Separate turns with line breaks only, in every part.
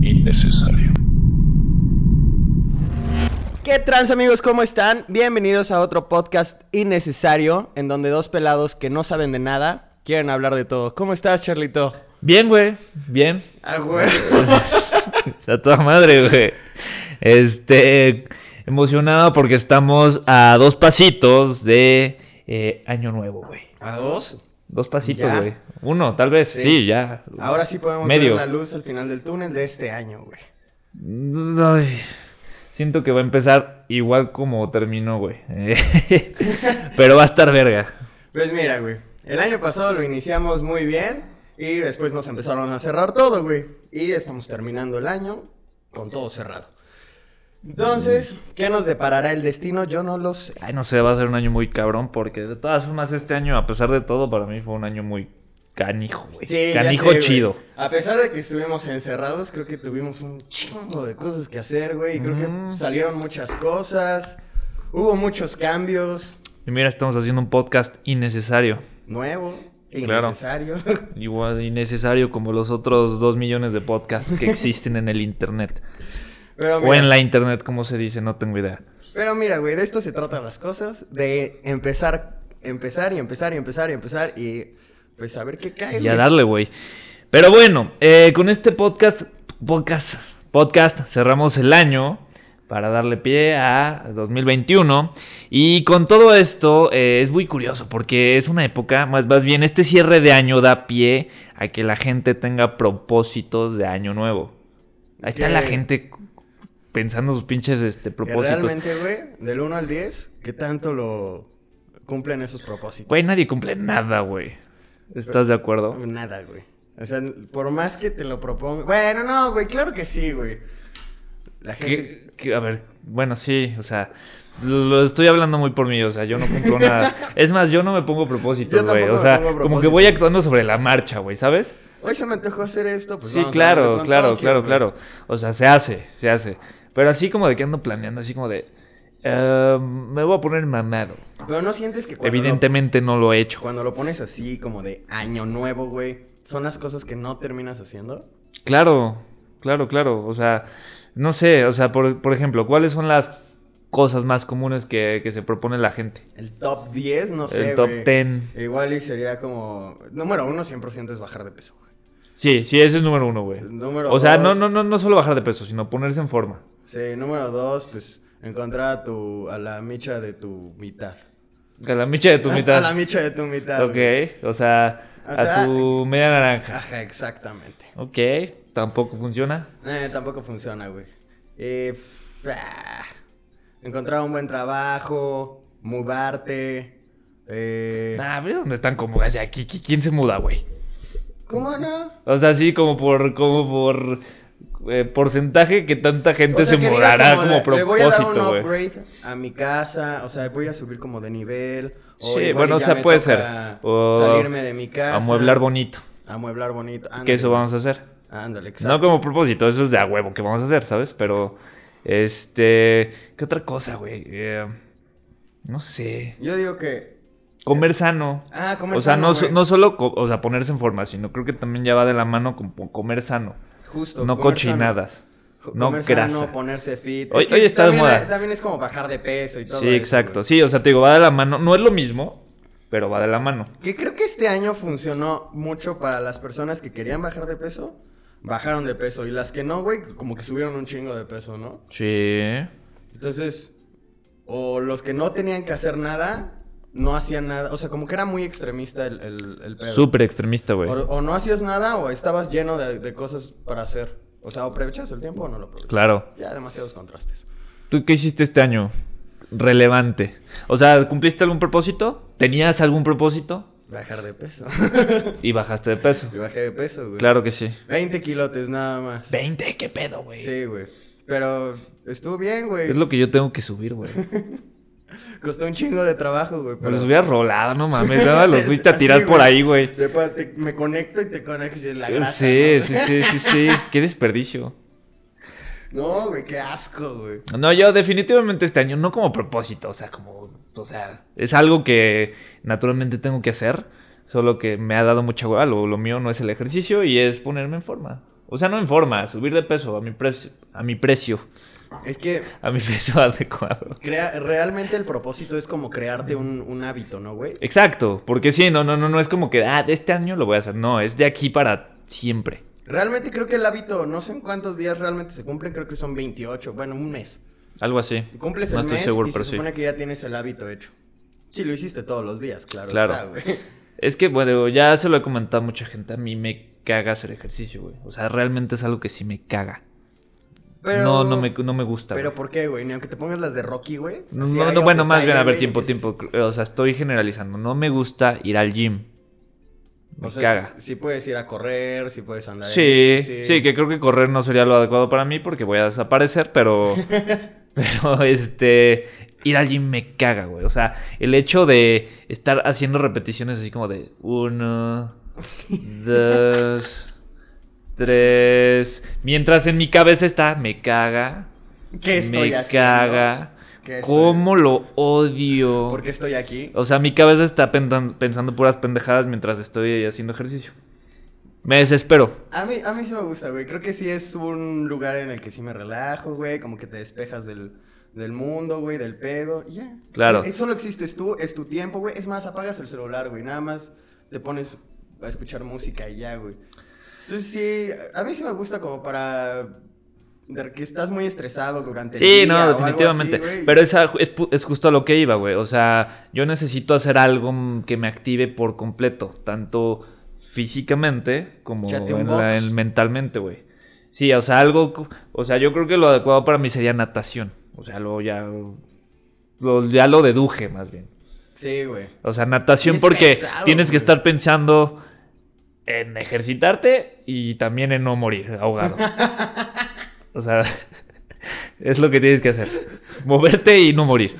innecesario.
¿Qué trans amigos? ¿Cómo están? Bienvenidos a otro podcast innecesario en donde dos pelados que no saben de nada quieren hablar de todo. ¿Cómo estás, Charlito?
Bien, güey. Bien.
Ah, güey.
A toda madre, güey. Este. Emocionado porque estamos a dos pasitos de eh, Año Nuevo, güey.
¿A dos?
Dos pasitos,
Ya.
güey. Uno, tal vez.
Sí.
Sí, ya.
Ahora sí podemos
Medio.
ver la luz al final del túnel de este año, güey.
Ay, siento que va a empezar igual como terminó, güey. Eh, Pero va a estar verga.
Pues mira, güey. El año pasado lo iniciamos muy bien y después nos empezaron a cerrar todo, güey. Y estamos terminando el año con todo cerrado. Entonces, ¿qué nos deparará el destino? Yo no lo sé.
Ay, no sé, va a ser un año muy cabrón porque de todas formas este año, a pesar de todo, para mí fue un año muy canijo, güey.
Sí, ya sé,
canijo
güey.
chido.
A pesar de que estuvimos encerrados, creo que tuvimos un chingo de cosas que hacer, güey. y Creo
Mm.
que salieron muchas cosas. Hubo muchos cambios.
Y mira, estamos haciendo un podcast innecesario.
Nuevo,
Claro.
innecesario.
Igual de innecesario como los otros dos millones de podcasts que existen en el internet.
Pero
O
Ah, mira,
en la internet, como se dice, no tengo idea.
pero mira, güey, de esto se tratan las cosas. De empezar, empezar y empezar y empezar y empezar y pues a ver qué cae,
Y a
güey.
darle, güey. Pero bueno, eh, con este podcast, podcast, podcast, cerramos el año para darle pie a 2021. Y con todo esto eh, es muy curioso porque es una época, más, más bien este cierre de año da pie a que la gente tenga propósitos de año nuevo. Ahí está
Que-
la gente pensando sus pinches este,
Que
propósitos.
realmente, güey, del 1 al 10, ¿qué tanto lo cumplen esos propósitos?
Güey, nadie cumple nada, güey. ¿Estás de acuerdo?
Nada, güey. O sea, por más que te lo proponga. Bueno, no, güey, claro que sí, güey. La gente.
Que- que- a ver, bueno, sí, o sea, lo estoy hablando muy por mí, o sea, yo no cumplo nada. Es más, yo no me pongo propósitos,
Yo
güey.
tampoco
O
me
sea,
pongo
como que voy actuando sobre la marcha, güey, ¿sabes?
Hoy se me antojó hacer esto, pues
sí,
vamos a darle
claro,
con
claro,
todo,
claro,
güey.
claro. O sea, se hace, se hace. Pero así como de que ando planeando, así como de... "Ah, me voy a poner mamado.
Pero no sientes que cuando.
Evidentemente no lo he
Lo,
hecho.
cuando lo pones así, como de año nuevo, güey, son las cosas que no terminas haciendo.
Claro, claro, claro. O sea, no sé, o sea, por, por ejemplo, ¿cuáles son las cosas más comunes que, que se propone la gente?
El top 10, no sé.
El top
güey.
10.
Igual y sería como. Número uno, 100% es bajar de peso, güey.
Sí, sí, ese es número uno, güey.
Número
O sea, no,
dos-
no, no, no solo bajar de peso, sino ponerse en forma.
Sí, número dos, pues encontrar a, tu, a la micha de tu mitad.
A la micha de tu mitad.
A la micha de tu mitad. güey.
ok, o sea,
O
a
sea- eh,
tu media naranja.
Ajá, exactamente.
Ok, tampoco funciona.
Eh, tampoco funciona, güey. Eh, f- ah, encontrar un buen trabajo, mudarte. Eh,
Nah, ¿ves dónde están como? O sea, aquí, aquí, ¿quién se muda, güey?
¿Cómo no?
O sea, sí, como por, como por eh, porcentaje que tanta gente
O sea,
se
que digas
mudará como,
le- Le voy a
propósito,
dar un
güey.
upgrade a mi casa, o sea, voy a subir como de nivel. o
Sí,
igual
bueno,
ya
o sea,
me
puede
toca
ser. O
salirme de mi casa.
Amueblar bonito.
Amueblar bonito. Ándale,
Que eso vamos a hacer.
Ándale,
No
exacto.
como propósito, eso es de a huevo que vamos a hacer, ¿sabes? Pero, este, ¿qué otra cosa, güey? Eh, no sé.
Yo digo que.
Comer sano.
Ah, comer
O sea,
sano,
no, so-
güey.
no solo, co- o sea, ponerse en forma, sino creo que también ya va de la mano con po- comer sano.
Justo.
no
comer sano.
cochinadas.
Co-
No
comer sano,
grasa.
ponerse fit.
Hoy-
Es que
hoy está de
también-
moda.
También es como bajar de peso y todo.
Sí,
eso,
exacto.
güey.
Sí, o sea, te digo, va de la mano. No es lo mismo, pero va de la mano.
Que creo que este año funcionó mucho para las personas que querían bajar de peso, bajaron de peso. Y las que no, güey, como que subieron un chingo de peso, ¿no?
Sí.
Entonces, o los que no tenían que hacer nada, no hacían nada. O sea, como que era muy extremista el, el, el pedo.
Súper extremista,
O,
güey.
o no hacías nada o estabas lleno de, de cosas para hacer. O sea, o aprovechas el tiempo o no lo aprovechas.
Claro.
Ya demasiados contrastes.
¿Tú qué hiciste este año? Relevante. O sea, ¿cumpliste algún propósito? ¿Tenías algún propósito?
Bajar de peso.
Y bajaste de peso.
Y bajé de peso, güey.
Claro que sí.
20 kilotes nada más.
20, qué pedo, güey.
Sí, güey. Pero estuvo bien, güey.
Es lo que yo tengo que subir, güey.
Costó un chingo de trabajo, güey.
Me
Pero
los hubiera rolado, no mames. Pues Nada, los fuiste a
Así,
tirar por ahí, güey.
Te pa- te- me conecto y te conectas en la grasa.
Sí,
¿no?
sí, sí, sí, sí. Qué desperdicio.
No, güey, qué asco, güey.
No, yo definitivamente este año, no como propósito, o sea, como, o sea, es algo que naturalmente tengo que hacer, solo que me ha dado mucha hueva, lo, lo mío no es el ejercicio y es ponerme en forma. O sea, no en forma, subir de peso a mi precio, a mi precio,
Es que
a mi peso adecuado.
crea- realmente el propósito es como crearte un, un hábito, ¿no, güey?
Exacto, porque sí, no, no, no, no es como que, ah, de este año lo voy a hacer. No, es de aquí para siempre.
Realmente creo que el hábito, no sé en cuántos días realmente se cumplen, creo que son 28, bueno, un mes.
Algo así.
Y Cumples el
no estoy
mes
seguro,
y
pero
se
sí.
supone que ya tienes el hábito hecho. Si lo hiciste todos los días, claro,
Claro.
está, güey.
Es que, bueno, ya se lo he comentado a mucha gente, a mí me caga hacer ejercicio, güey. O sea, realmente es algo que sí me caga.
Pero-
No, no me, no me gusta.
Pero
güey.
¿por qué, güey? Ni aunque te pongas las de Rocky, güey.
No,
Así,
no,
I
no,
got
bueno,
the
más bien, a
tiger,
ver,
güey,
tiempo,
que
tiempo.
es-
O sea, estoy generalizando. No me gusta ir al gym. Me
O sea,
caga.
si, puedes ir a correr, si puedes andar.
Sí, sí, que creo que correr no sería lo adecuado para mí porque voy a desaparecer, pero. pero este. Ir al gym me caga, güey. O sea, el hecho de estar haciendo repeticiones así como de uno, dos, tres. Mientras en mi cabeza está, me caga.
¿Qué estoy
me
haciendo?
caga.
¿Qué estoy-
¿Cómo lo odio?
¿Por qué estoy aquí?
O sea, mi cabeza está pendan- pensando puras pendejadas mientras estoy haciendo ejercicio. Me desespero.
A mí, a mí sí me gusta, güey. Creo que sí es un lugar en el que sí me relajo, güey. Como que te despejas del, del mundo, güey, del pedo. y Ya.
Claro.
Eh, solo existes tú, es tu tiempo, güey. Es más, apagas el celular, güey. Nada más te pones a escuchar música y ya, güey. Entonces sí, a mí sí me gusta como para... de que estás muy estresado durante el
Sí,
día.
no, definitivamente. Pero esa ju- es, pu- es justo a lo que iba, güey. O sea, yo necesito hacer algo mm, que me active por completo, tanto físicamente como
Échate un
en
box.
la- en mentalmente, güey. Sí, o sea, algo, cu- o sea, yo creo que lo adecuado para mí sería natación. O sea, lo ya, lo- ya lo deduje más bien.
Sí, güey.
O sea, natación
Es
porque
pesado,
tienes
güey.
que estar pensando en ejercitarte y también en no morir ahogado. o sea, es lo que tienes que hacer. Moverte y no morir.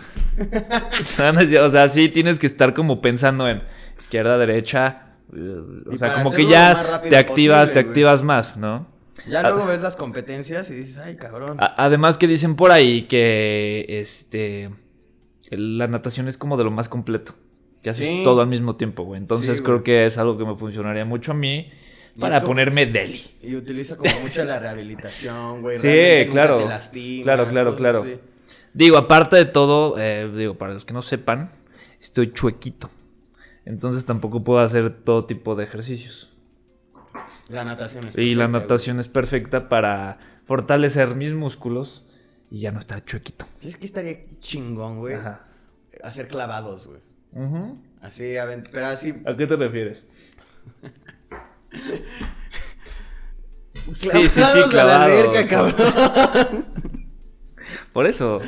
No, no es- o sea, sí tienes que estar como pensando en izquierda, derecha. eh, O
Y
sea,
para
como
hacerlo
que
lo más
ya
rápido
te activas,
posible,
te
güey.
activas más, ¿no?
Ya
Ah.
luego ves las competencias y dices, ay, cabrón.
A- Además que dicen por ahí que este el- la natación es como de lo más completo. Que haces
Sí.
todo al mismo tiempo, güey. Entonces
Sí, güey.
creo que es algo que me funcionaría mucho a mí
Y
para
es como-
ponerme deli.
Y utiliza como mucho la rehabilitación, güey.
Sí,
realmente nunca
claro.
te lastimas,
Claro, claro,
cosas
claro.
así.
Digo, aparte de todo, eh, digo, para los que no sepan, estoy chuequito. Entonces tampoco puedo hacer todo tipo de ejercicios.
La natación es
y la
perfecta,
natación es perfecta para fortalecer mis músculos y ya no estar chuequito.
güey. Pues Es que estaría chingón, güey.
Ajá.
Hacer clavados, güey.
Ujú.
Así, avent- pero así.
¿A qué te refieres? sí,
clavados
sí, sí,
a la alberca,
clavados.
cabrón.
Por eso.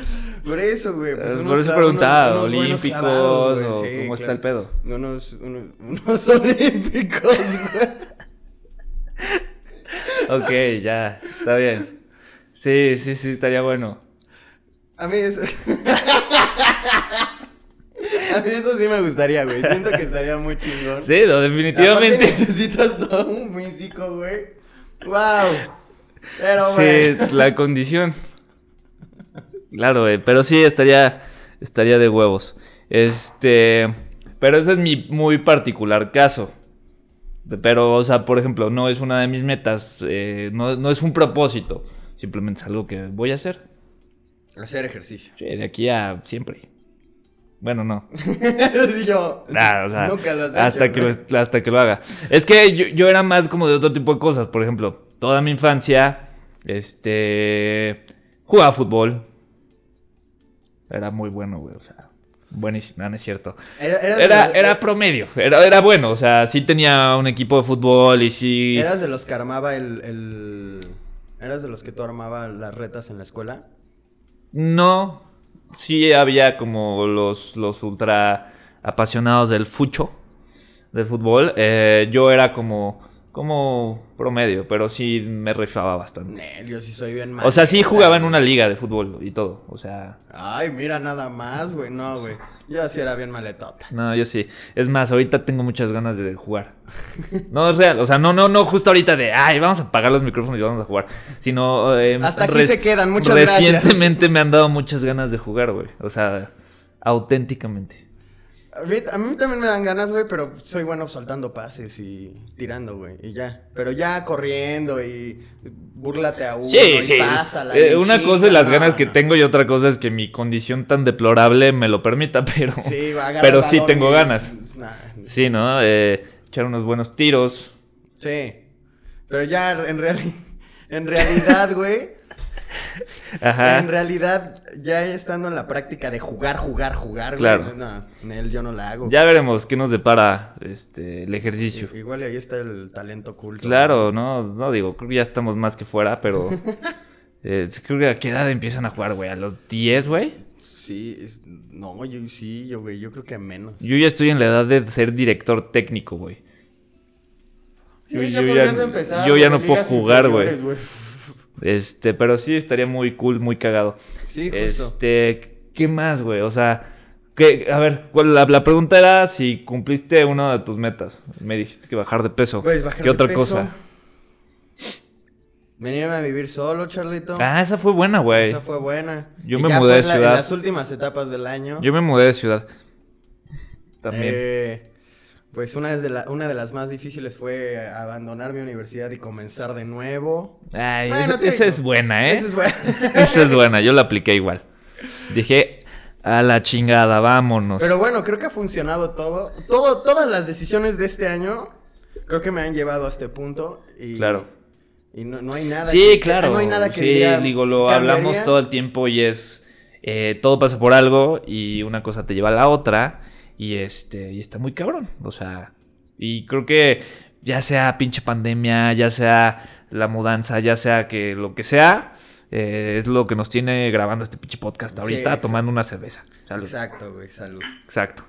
Por eso, güey. pues
Eh,
unos
por eso
cla-
preguntaba,
unos- unos buenos
olímpicos
clavados, güey,
o cómo está el pedo.
Unos, unos, unos olímpicos, güey.
Ok, ya, está bien. Sí, sí, sí, estaría bueno.
A mí eso. A mí eso sí me gustaría, güey. Siento que estaría muy chingón.
Sí, no,
Aparte
definitivamente.
necesitas todo un físico, güey. ¡Wow! Pero,
Sí,
güey.
la condición. Claro, güey, pero sí estaría estaría de huevos. Este, pero ese es mi muy particular caso. De- Pero, o sea, por ejemplo, no es una de mis metas, eh, no, no es un propósito, simplemente es algo que voy a hacer.
Hacer ejercicio.
Sí, de aquí a siempre. Bueno, no.
Yo.
Nah, o sea,
nunca lo has
hasta,
hecho,
que
güey.
lo, hasta que lo haga. Es que yo, yo era más como de otro tipo de cosas. Por ejemplo, toda mi infancia, este, jugaba fútbol. Era muy bueno, güey. O sea, buenísimo. No, no es cierto.
Era, eras de
Era,
los- eh,
era promedio. Era, era bueno. O sea, sí tenía un equipo de fútbol y sí.
Eras de los que armaba el, el- Eras de los que tú armaba las retas en la escuela.
No. Sí había como los, los ultra apasionados del fucho, del fútbol. Eh, yo era como, como promedio, pero sí me rifaba bastante.
Nel, yo sí soy bien mal.
O sea, sí jugaba en una liga de fútbol y todo. O sea,
Ay, mira nada más, güey. No, güey. Yo sí era bien maletota.
no, yo sí. Es más, ahorita tengo muchas ganas de jugar. No, es real. O sea, no, no, no, justo ahorita de, ay, vamos a apagar los micrófonos y vamos a jugar. Sino... eh,
Hasta aquí
re-
se quedan, muchas gracias.
Recientemente me han dado muchas ganas de jugar, güey. O sea, auténticamente.
A mí, a mí también me dan ganas, güey, pero soy bueno soltando pases y tirando, güey, y ya. Pero ya corriendo y búrlate a uno
Sí,
y
sí.
pásala.
Eh,
y
una
chinga,
cosa es las
no,
ganas que
no.
tengo y otra cosa es que mi condición tan deplorable me lo permita, pero
Sí, güey, agarra
pero
el
sí
balón ¿eh?
tengo
y-
ganas.
Nah,
Sí, ¿no? Eh, echar unos buenos tiros.
sí. Pero ya en, reali- en realidad, güey, en
Ajá.
realidad ya estando en la práctica de jugar, jugar, jugar, güey,
Claro.
no, Nel, yo no la hago.
Ya veremos qué nos depara este, el ejercicio.
I- Igual y ahí está el talento oculto.
Claro, no, no digo, creo que ya estamos más que fuera, pero eh, creo que a qué edad empiezan a jugar, güey, a los 10, güey.
Sí, es- no, yo sí, yo, güey, yo creo que menos.
Yo ya estoy en la edad de ser director técnico, güey.
Sí,
Yo-
ya
yo ya-
podrías empezar,
yo ya
güey,
no puedo
ligas
jugar, güey.
inferiores,
Este, pero sí estaría muy cool, muy cagado.
Sí, justo.
Este, ¿qué más, güey? O sea, que, a ver, ¿cuál- la, la pregunta era si cumpliste una de tus metas. Me dijiste que bajar de peso.
Pues, bajar
¿Qué
de
otra
peso.
cosa?
Venirme a vivir solo, Charlito.
Ah, esa fue buena, güey.
Esa fue buena.
Yo
Y
me
ya
mudé
fue
de
en la-
ciudad.
En las últimas etapas del año.
Yo me mudé de ciudad. También.
Eh, pues una de, la- una de las más difíciles fue abandonar mi universidad y comenzar de nuevo.
Ay,
Bueno,
esa,
te
esa
digo,
es buena, ¿eh?
Eso es bueno.
Esa es buena, yo la apliqué igual. Dije, a la chingada, vámonos.
Pero bueno, creo que ha funcionado todo. todo. Todas las decisiones de este año creo que me han llevado a este punto. Y,
Claro.
Y no, no hay nada.
sí,
que-
claro.
No hay nada que
sí,
diría,
digo, lo
"Cambiaría".
hablamos todo el tiempo y es, eh, todo pasa por algo y una cosa te lleva a la otra y este, y está muy cabrón. O sea, y creo que ya sea pinche pandemia, ya sea la mudanza, ya sea que lo que sea. eh, es lo que nos tiene grabando este pinche podcast
Sí,
ahorita,
exacto.
tomando una cerveza. Salud.
Exacto, güey, salud.
Exacto.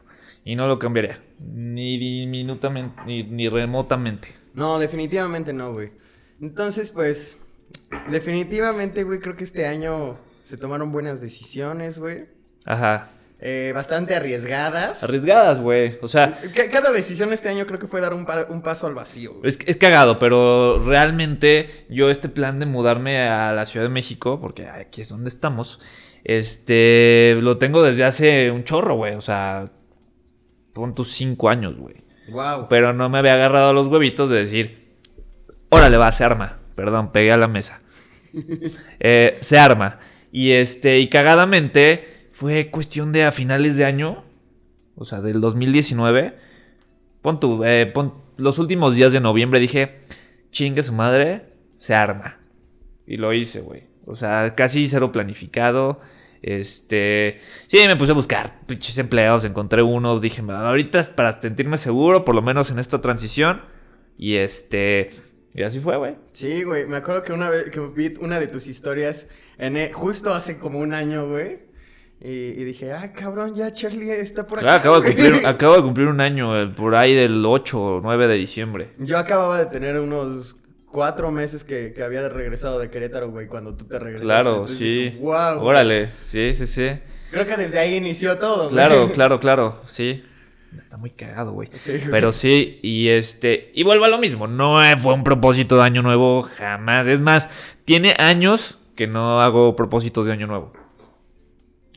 Y no lo cambiaría. Ni diminutamente, ni, ni remotamente.
No, definitivamente no, güey. Entonces, pues, definitivamente, güey, creo que este año se tomaron buenas decisiones, güey.
Ajá.
Eh, bastante arriesgadas.
Arriesgadas, güey. O sea,
Ca- Cada decisión este año creo que fue dar un, pa- un paso al vacío. güey.
es, es cagado, pero realmente yo este plan de mudarme a la Ciudad de México, porque aquí es donde estamos, este, lo tengo desde hace un chorro, güey. O sea, pon tus cinco años, güey.
Wow.
Pero no me había agarrado a los huevitos de decir, órale, va, se arma. Perdón, pegué a la mesa. Eh, se arma. Y este, y cagadamente, fue cuestión de a finales de año, o sea, del 2019. Pon tu, eh, pon los últimos días de noviembre dije, chingue su madre, se arma. Y lo hice, güey. O sea, casi cero planificado. Este. Sí, me puse a buscar pinches empleados. Encontré uno. Dije, "Ma, ahorita es para sentirme seguro, por lo menos en esta transición. Y este. Y así fue, güey.
Sí, güey, me acuerdo que una vez que vi una de tus historias en e- justo hace como un año, güey. Y, y dije, ah, cabrón, ya Charlie está por aquí.
Ah, acabo, de
güey".
cumplir, acabo de cumplir un año, eh, por ahí del 8 o 9 de diciembre.
Yo acababa de tener unos cuatro meses que, que había regresado de Querétaro, güey, cuando tú te regresaste.
Claro,
Entonces
sí.
dije, "Guau, güey".
Órale, sí, sí, sí.
Creo que desde ahí inició todo, güey.
Claro, claro, claro, sí. Está muy cagado, güey.
Sí, güey.
Pero sí, y este, y vuelvo a lo mismo, no fue un propósito de año nuevo jamás. Es más, tiene años que no hago propósitos de año nuevo.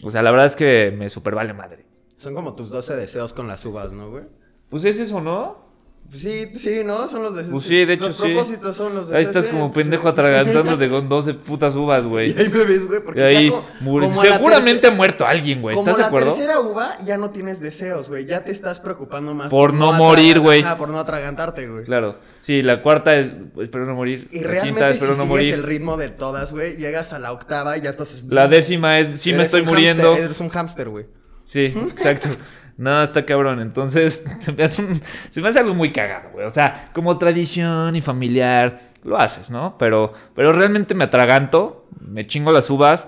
O sea, la verdad es que me super vale madre.
Son como tus 12 deseos con las uvas, ¿no, güey?
Pues es eso, ¿no?
Pues sí, sí, ¿no? Son los deseos.
Pues sí, de hecho
Los
sí.
propósitos son los
Ahí
deseos.
estás
sí,
como
pues
pendejo
sí.
atragantándote con 12 putas uvas, güey.
Y ahí me ves, güey,
Y
porque
ahí
ya co-
mur-
como a la
seguramente
terce-
ha muerto alguien, güey.
Como
¿Estás de
la
acuerdo?
tercera uva ya no tienes deseos, güey. Ya te estás preocupando más
Por no
atragan-
morir, güey.
Ajá, por no atragantarte, güey.
Claro. Sí, la cuarta es espero no morir.
Y
la quinta
realmente si
espero no
sigues
morir.
el ritmo de todas, güey, llegas a la octava y ya estás...
La décima es sí me
Eres
estoy
un
muriendo.
hámster, eres un hámster, güey.
Sí, exacto. No, está cabrón. Entonces, se me, hace un- se me hace algo muy cagado, güey. O sea, como tradición y familiar, lo haces, ¿no? Pero, pero realmente me atraganto, me chingo las uvas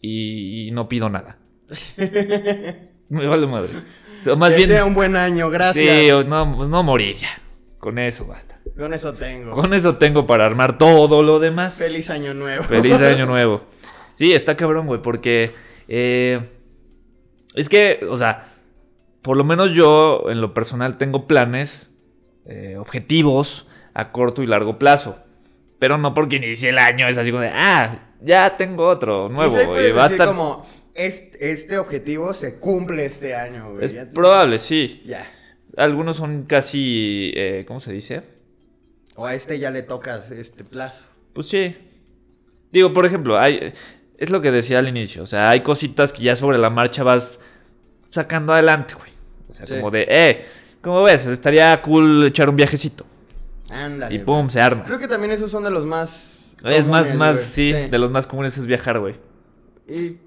y, y no pido nada. Me vale madre. O sea, más
que
bien.
sea un buen año, gracias.
sí, o no, no morir ya. Con eso basta.
Con eso tengo.
Con eso tengo para armar todo lo demás.
Feliz año nuevo.
Feliz año nuevo. Sí, está cabrón, güey, porque eh, es que, o sea, por lo menos yo en lo personal tengo planes, eh, objetivos a corto y largo plazo. Pero no porque inicie el año, es así como de, ah, ya tengo otro nuevo
Quizá ahí
y
puedes
va a
decir
estar...
como este, este objetivo se cumple este año, güey.
Es
Ya te-
probable, sí.
Ya.
Algunos son casi, eh, ¿cómo se dice?
O a este ya le tocas este plazo.
Pues sí. Digo, por ejemplo, hay, es lo que decía al inicio. O sea, hay cositas que ya sobre la marcha vas sacando adelante, güey. O sea,
Sí.
como de, eh, ¿cómo ves? Estaría cool echar un viajecito.
Ándale.
Y
güey.
pum, se arma.
Creo que también esos son de los más.
Es más,
comunes,
más,
güey.
sí, de los más comunes es viajar, güey.
Y-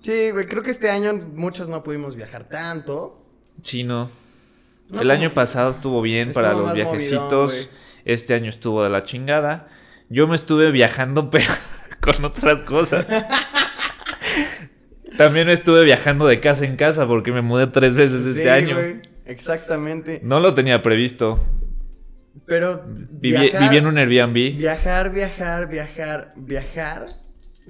Sí, güey, creo que este año muchos no pudimos viajar tanto.
Chino.
No,
el
como
año
que-
pasado estuvo bien
Estuvo
para los
más
viajecitos.
movidón, güey.
este año estuvo de la chingada. Yo me estuve viajando, pero con otras cosas. También estuve viajando de casa en casa porque me mudé tres veces este
Sí,
año.
güey, exactamente.
No lo tenía previsto.
Pero
Viví, viví en un Airbnb.
viajar, viajar, viajar, viajar.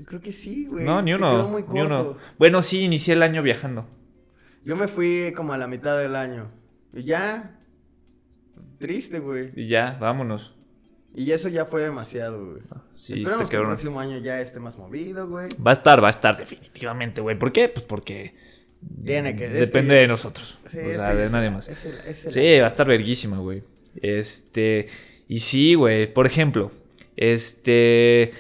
Creo que sí, güey.
No, ni
Se
uno.
quedó muy
ni uno.
corto.
Bueno, sí, inicié el año viajando.
Yo me fui como a la mitad del año. Y ya. Triste, güey.
Y ya, vámonos.
Y eso ya fue demasiado, güey.
Sí,
Esperamos
está
que el
cabrón.
próximo año ya esté más movido, güey.
Va a estar, va a estar, definitivamente, güey. ¿Por qué? Pues porque.
Tiene que- este-
Depende de nosotros.
Sí,
o
este
sea, Pues, de
es
nadie
el-
más.
es el- es el-
Sí, va a estar verguísima, güey. Este. Y sí, güey. Por ejemplo, este.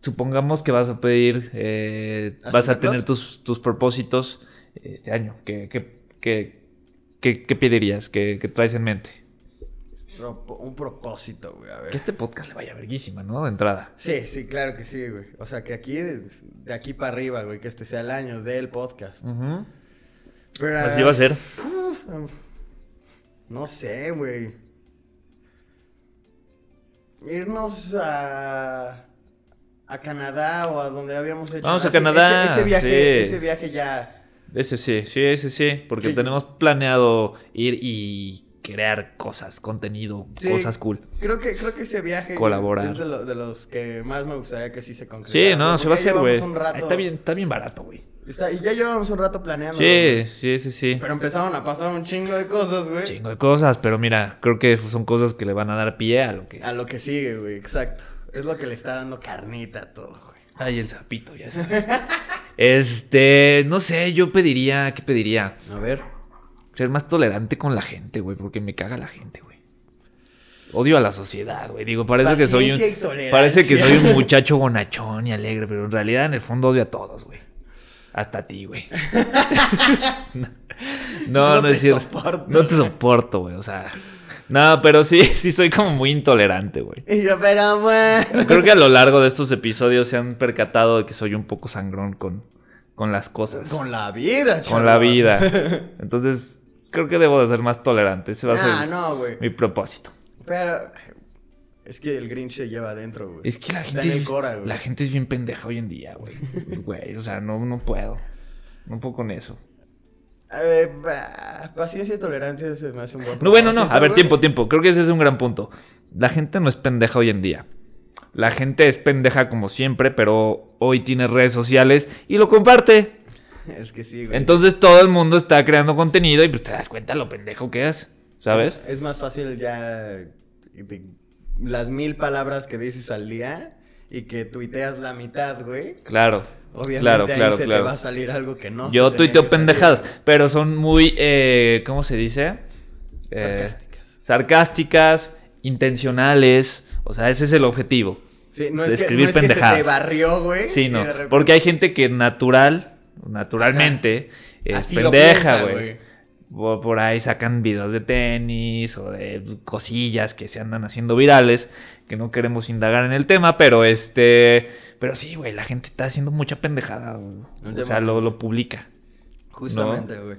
Supongamos que vas a pedir. eh,
¿A
vas a
Santa Claus?
tener tus, tus propósitos este año. ¿Qué, qué, qué, qué- qué pedirías? ¿Qué, qué traes en mente?
Propo- un propósito, güey. A
Que
ver.
este podcast le vaya verguísima, ¿no? De entrada.
Sí, sí, claro que sí, güey. O sea, que aquí, de aquí para arriba, güey, que este sea el año del podcast.
Ujú.
Pero,
Así va a ser.
Uh, No sé, güey. Irnos a. a Canadá o a donde habíamos hecho.
Vamos a
ese-
Canadá,
Ese, ese viaje,
sí.
ese viaje ya.
Ese sí, sí, ese sí, porque
Sí.
tenemos planeado ir y crear cosas, contenido,
Sí.
cosas cool.
Creo que, creo que ese viaje
Colaborar.
es de, lo- de los que más me gustaría que sí se concretara.
Sí, no,
güey,
se va a
porque ya
hacer, güey.
llevamos un rato-
Está bien, está bien barato, güey.
está- y ya llevamos un rato planeando.
Sí, sí, sí, sí.
Pero empezaron a pasar un chingo de cosas, güey.
Chingo de cosas, pero mira, creo que son cosas que le van a dar pie a lo que.
A lo que sigue, güey, exacto. Es lo que le está dando carnita a todo, güey.
Ay, el sapito, ya sabes. Este, no sé, yo pediría, ¿qué pediría?
A ver.
Ser más tolerante con la gente, güey, porque me caga la gente, güey. Odio a la sociedad, güey. Digo, parece que soy un.
Paciencia y tolerancia.
Parece que soy un muchacho bonachón y alegre, pero en realidad en el fondo odio a todos, güey. Hasta a ti, güey. no, no,
No te
es cierto.
soporto.
No te soporto, güey. O sea. No, pero sí, sí soy como muy intolerante, güey.
Y yo, pero bueno.
Creo que a lo largo de estos episodios se han percatado de que soy un poco sangrón con, con las cosas. Con,
Con la vida, chaval.
la vida. Entonces, creo que debo de ser más tolerante. Ese va a
Ah,
ser
no, güey.
mi propósito.
Pero. Es que el Grinch se lleva adentro, güey.
Es que la
Está
gente,
en el
es,
Cora, güey.
la gente es bien pendeja hoy en día, güey. Güey, o sea, no, no puedo. No puedo con eso.
Eh, bah, paciencia y tolerancia se me hace un buen
No, bueno, no. A
propósito,
ver,
güey.
tiempo, tiempo. Creo que ese es un gran punto. La gente no es pendeja hoy en día. La gente es pendeja como siempre, pero hoy tiene redes sociales y lo comparte.
Es que sí, güey.
Entonces todo el mundo está creando contenido y pues te das cuenta lo pendejo que es, ¿sabes?
Es, es más fácil ya. de- las mil palabras que dices al día y que tuiteas la mitad, güey.
Claro.
Obviamente
claro,
ahí
claro,
se
claro.
te va a salir algo que no.
Yo
se tenía
tuiteo
que salir.
pendejadas, pero son muy, eh, ¿cómo se dice? Eh,
Sarcásticas.
sarcásticas, intencionales. O sea, ese es el objetivo.
Sí, no es, que,
Describir
no es que se
pendejadas.
te barrió, güey.
Sí,
y
no.
de repente-
Porque hay gente que natural, naturalmente, es
Así lo
pendeja,
piensa,
güey. Por por ahí sacan videos de tenis o de cosillas que se andan haciendo virales, que no queremos indagar en el tema, pero este, pero sí, güey, la gente está haciendo mucha pendejada, güey. o sea, lo, lo publica.
Justamente, güey.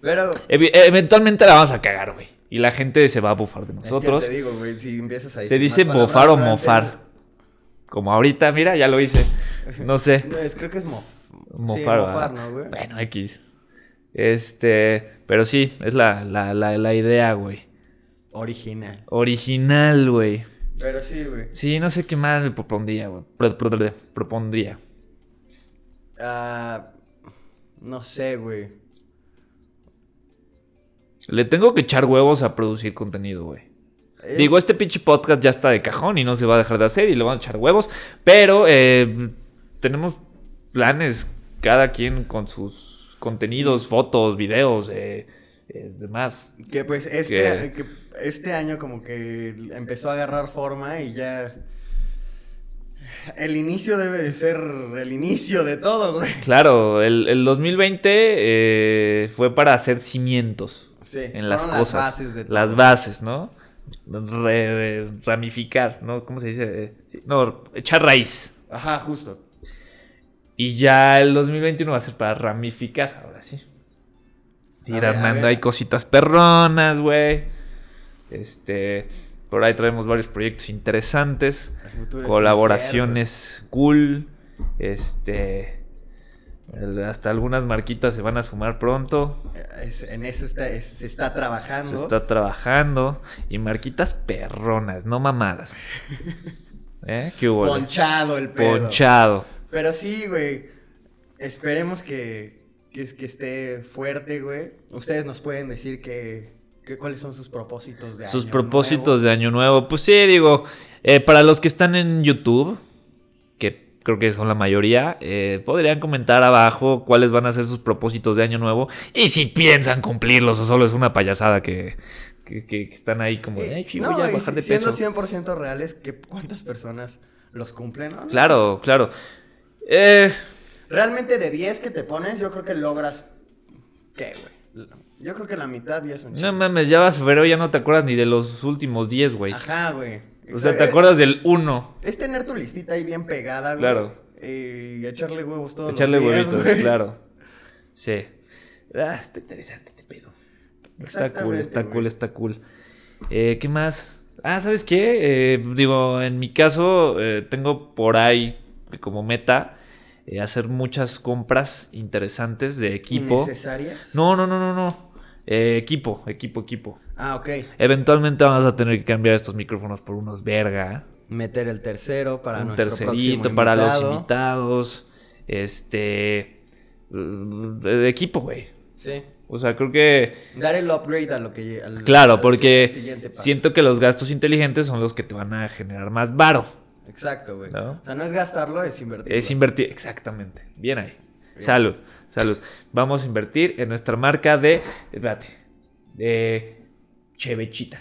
Pero.
Evi- eventualmente la vamos a cagar, güey, y la gente se va a bufar de nosotros.
Es que te digo, güey, si empiezas a
se
decir
dice
más palabras
bofar o
durante-
mofar, como ahorita, mira, ya lo hice, no sé.
No, es, creo que es mof... sí,
Mofar,
mofar,
¿verdad?
¿no, güey?
Bueno, X. Este, pero sí, es la, la, la, la idea, güey.
Original.
Original, güey.
Pero sí, güey.
Sí, no sé qué más me propondría, güey. Pro- pro- pro- propondría.
Ah, no sé, güey.
Le tengo que echar huevos a producir contenido, güey.
Es-
Digo, este pinche podcast ya está de cajón y no se va a dejar de hacer y le van a echar huevos. Pero eh, tenemos planes cada quien con sus contenidos, fotos, videos, eh, eh, demás.
Que pues este, que este año como que empezó a agarrar forma y ya... El inicio debe de ser el inicio de todo, güey.
Claro, el, el 2020 eh, fue para hacer cimientos
Sí,
en las
fueron
cosas.
Las bases de todo.
Las bases, ¿no? Re- re- ramificar, ¿no? ¿Cómo se dice? Eh, sí, No, echar raíz.
Ajá, justo.
Y ya el 2021 va a ser para ramificar, ahora sí.
A
Ir
ver, a
armando
ver.
ahí cositas perronas, güey. Este, por ahí traemos varios proyectos interesantes,
El futuro es
colaboraciones cool, este el- hasta algunas marquitas se van a sumar pronto.
incierto. Es- en eso está, es- se está trabajando.
Se está trabajando y marquitas perronas, no mamadas. ¿Eh? ¿Qué hubo?
ponchado el pedo.
Ponchado.
Pero sí, güey. Esperemos que, que, que esté fuerte, güey. Ustedes nos pueden decir que, que- cuáles son sus propósitos de
Sus
año
propósitos de año nuevo. Pues sí, digo, eh, para los que están en YouTube, que creo que son la mayoría, eh, podrían comentar abajo cuáles van a ser sus propósitos de año nuevo y si piensan cumplirlos o solo es una payasada que, que- que- que están ahí como,
nuevo.
de,
Y-
"Ay, sí,
Eh, no,
voy a
y
bajar de
siendo
peso".
100% reales, que ¿cuántas personas los cumplen? no?
Claro, claro. Eh,
Realmente de 10 que te pones, yo creo que logras... ¿Qué, güey? Yo creo que la mitad ya es un
no
chingo.
mames, ya vas febrero, ya no te acuerdas ni de los últimos 10, güey.
Ajá, güey.
O sea, te
Eh,
acuerdas del 1.
Es tener tu listita ahí bien pegada, güey.
Claro.
Y echarle huevos todos
Echarle
los días,
huevitos,
güey.
claro. Sí. Ah, está interesante este pedo. Está cool,
Exactamente,
está
güey.
cool, está cool. Eh, ¿Qué más? Ah, ¿sabes qué? Eh, digo, en mi caso, eh, tengo por ahí como meta eh, hacer muchas compras interesantes de equipo.
¿Innecesarias?
No, no, no, no, no. Eh, equipo, equipo, equipo.
Ah, ok.
Eventualmente vamos a tener que cambiar estos micrófonos por unos verga
Meter el tercero para
un
nuestro
tercerito
próximo
para los
invitado.
invitados. Este. mm, El equipo, güey.
Sí.
O sea, creo que.
Dar el upgrade a lo que... lle- al-
Claro,
al
porque
siguiente paso.
siento que los gastos inteligentes son los que te van a generar más varo.
Exacto, güey.
¿No?
O sea, no es gastarlo, es invertirlo.
Es invertir. Exactamente. Bien ahí. Salud, salud. Vamos a invertir en nuestra marca de. Espérate. De. Chevechita.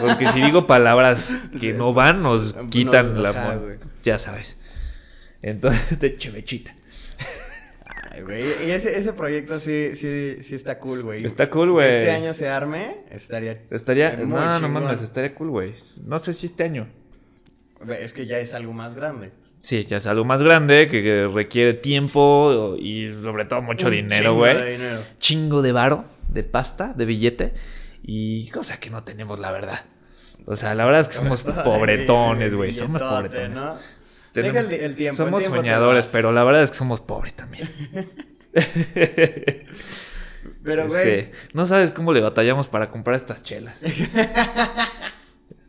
Porque si digo palabras que no van, nos
No,
quitan la.
ajá,
mon-
güey.
Ya sabes. Entonces, de chevechita.
Ay, güey. Y ese, ese proyecto sí, sí, sí está cool, güey.
Está cool,
Que
güey.
este año se arme, estaría...
Estaría.
Muy
no, no
chingón.
mames, estaría cool, güey. No sé si este año.
Es que ya es algo más grande.
Sí, ya es algo más grande que, que requiere tiempo y sobre todo mucho
Un
dinero,
chingo
güey.
de dinero.
Chingo de varo, de pasta, de billete y cosa que no tenemos, la verdad. O sea, la verdad es que somos pobretones, güey. Somos
Billetote,
pobretones.
¿no?
Tenemos-
Deja el, el tiempo. el
somos
tiempo te lo
soñadores,
haces.
pero la verdad es que somos pobres también.
Pero, güey,
Sí. No sabes cómo le batallamos para comprar estas chelas.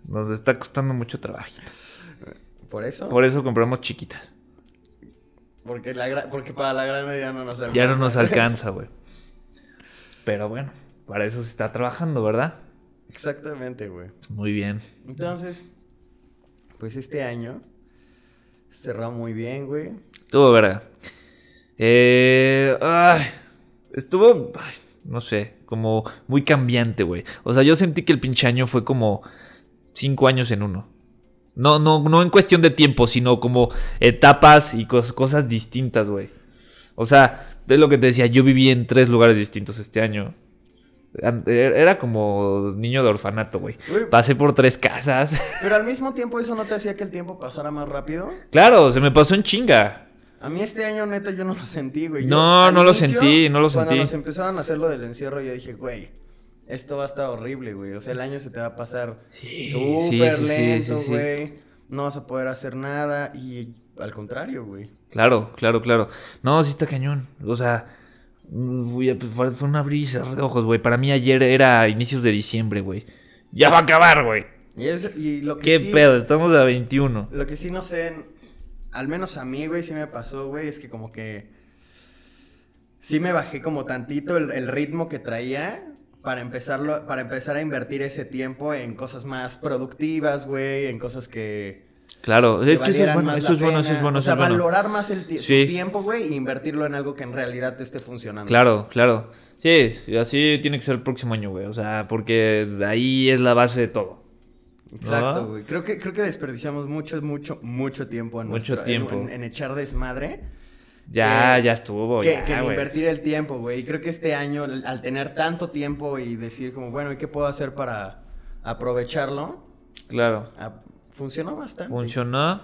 Nos está costando mucho trabajito.
por eso.
Por eso compramos chiquitas.
Porque, la gra- porque para la grande ya no nos alcanza.
Ya no nos alcanza, güey. Pero bueno, para eso se está trabajando, ¿verdad?
Exactamente, güey.
Muy bien.
Entonces, pues este año cerró muy bien, güey.
Estuvo, verga. Eh, ay, estuvo, ay, no sé, como muy cambiante, güey. O sea, yo sentí que el pinche año fue como cinco años en uno. No, no, no en cuestión de tiempo, sino como etapas y cos- cosas distintas, güey. O sea, es lo que te decía, yo viví en tres lugares distintos este año. An- er- Era como niño de orfanato, güey.
Güey,
Pasé por tres casas.
Pero al mismo tiempo eso no te hacía que el tiempo pasara más rápido.
claro, se me pasó en chinga.
A mí este año, neta, yo no lo sentí, güey. Yo,
No,
al
no lo sentí, no lo
Cuando
sentí.
nos empezaron a hacer lo del encierro, yo dije, güey, esto va a estar horrible, güey. O sea, el año se te va a pasar
Sí,
súper
sí, sí, sí,
lento,
sí, sí.
güey. No vas a poder hacer nada. Y al contrario, güey.
Claro, claro, claro. No, sí está cañón. O sea, mm, fui a- fue fue una brisa de ojos, güey. Para mí ayer era inicios de diciembre, güey. Ya va a acabar, güey.
Y, eso- y lo que
Qué
sí-
pedo, estamos a 21.
Lo que sí no sé, en- al menos a mí, güey, sí me pasó, güey, es que como que sí me bajé como tantito el, el ritmo que traía para empezarlo, para empezar a invertir ese tiempo en cosas más productivas, güey, en cosas que
Claro, es que eso
valieran
es bueno,
más
eso
la
es bueno, eso
pena.
es bueno.
O sea,
eso es bueno.
valorar más el ti- tu
Sí.
tiempo, güey, e invertirlo en algo que en realidad te esté funcionando.
Claro, claro. Sí, sí, así tiene que ser el próximo año, güey. O sea, porque de ahí es la base de todo.
Exacto,
¿No?
güey. Creo que, creo que desperdiciamos mucho, mucho, mucho tiempo en,
Mucho
nuestro- en-
tiempo.
en- en echar desmadre.
Ya,
Que-
ya estuvo,
que,
ya,
que en
güey.
invertir el tiempo, güey. Y creo que este año, al al tener tanto tiempo y decir como, bueno, ¿y qué puedo hacer para aprovecharlo?
Claro.
Ah, funcionó bastante.
Funcionó.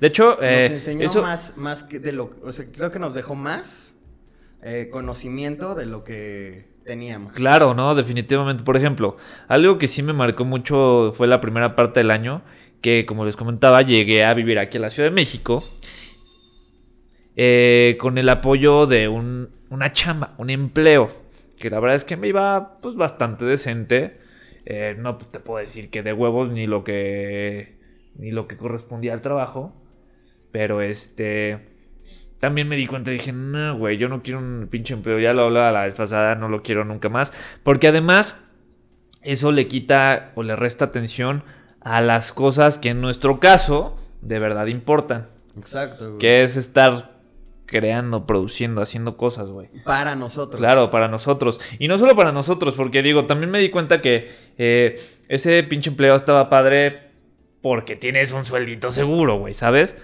De hecho,
Nos
eh,
enseñó
eso
más, más que de lo... O sea, creo que nos dejó más eh, conocimiento de lo que teníamos.
Claro, no, definitivamente. Por ejemplo, algo que sí me marcó mucho fue la primera parte del año, que como les comentaba, llegué a vivir aquí en la Ciudad de México eh, con el apoyo de un- una chamba, un empleo, que la verdad es que me iba pues bastante decente. Eh, no te puedo decir que de huevos ni lo que ni lo que correspondía al trabajo, pero este también me di cuenta y dije, no, güey, yo no quiero un pinche empleo. Ya lo hablaba la vez pasada, no lo quiero nunca más. Porque además, eso le quita o le resta atención a las cosas que en nuestro caso de verdad importan.
Exacto, güey.
Que es estar creando, produciendo, haciendo cosas, güey.
Para nosotros.
Claro, para nosotros. Y no solo para nosotros, porque digo, también me di cuenta que eh, ese pinche empleo estaba padre porque tienes un sueldito seguro, güey, ¿sabes?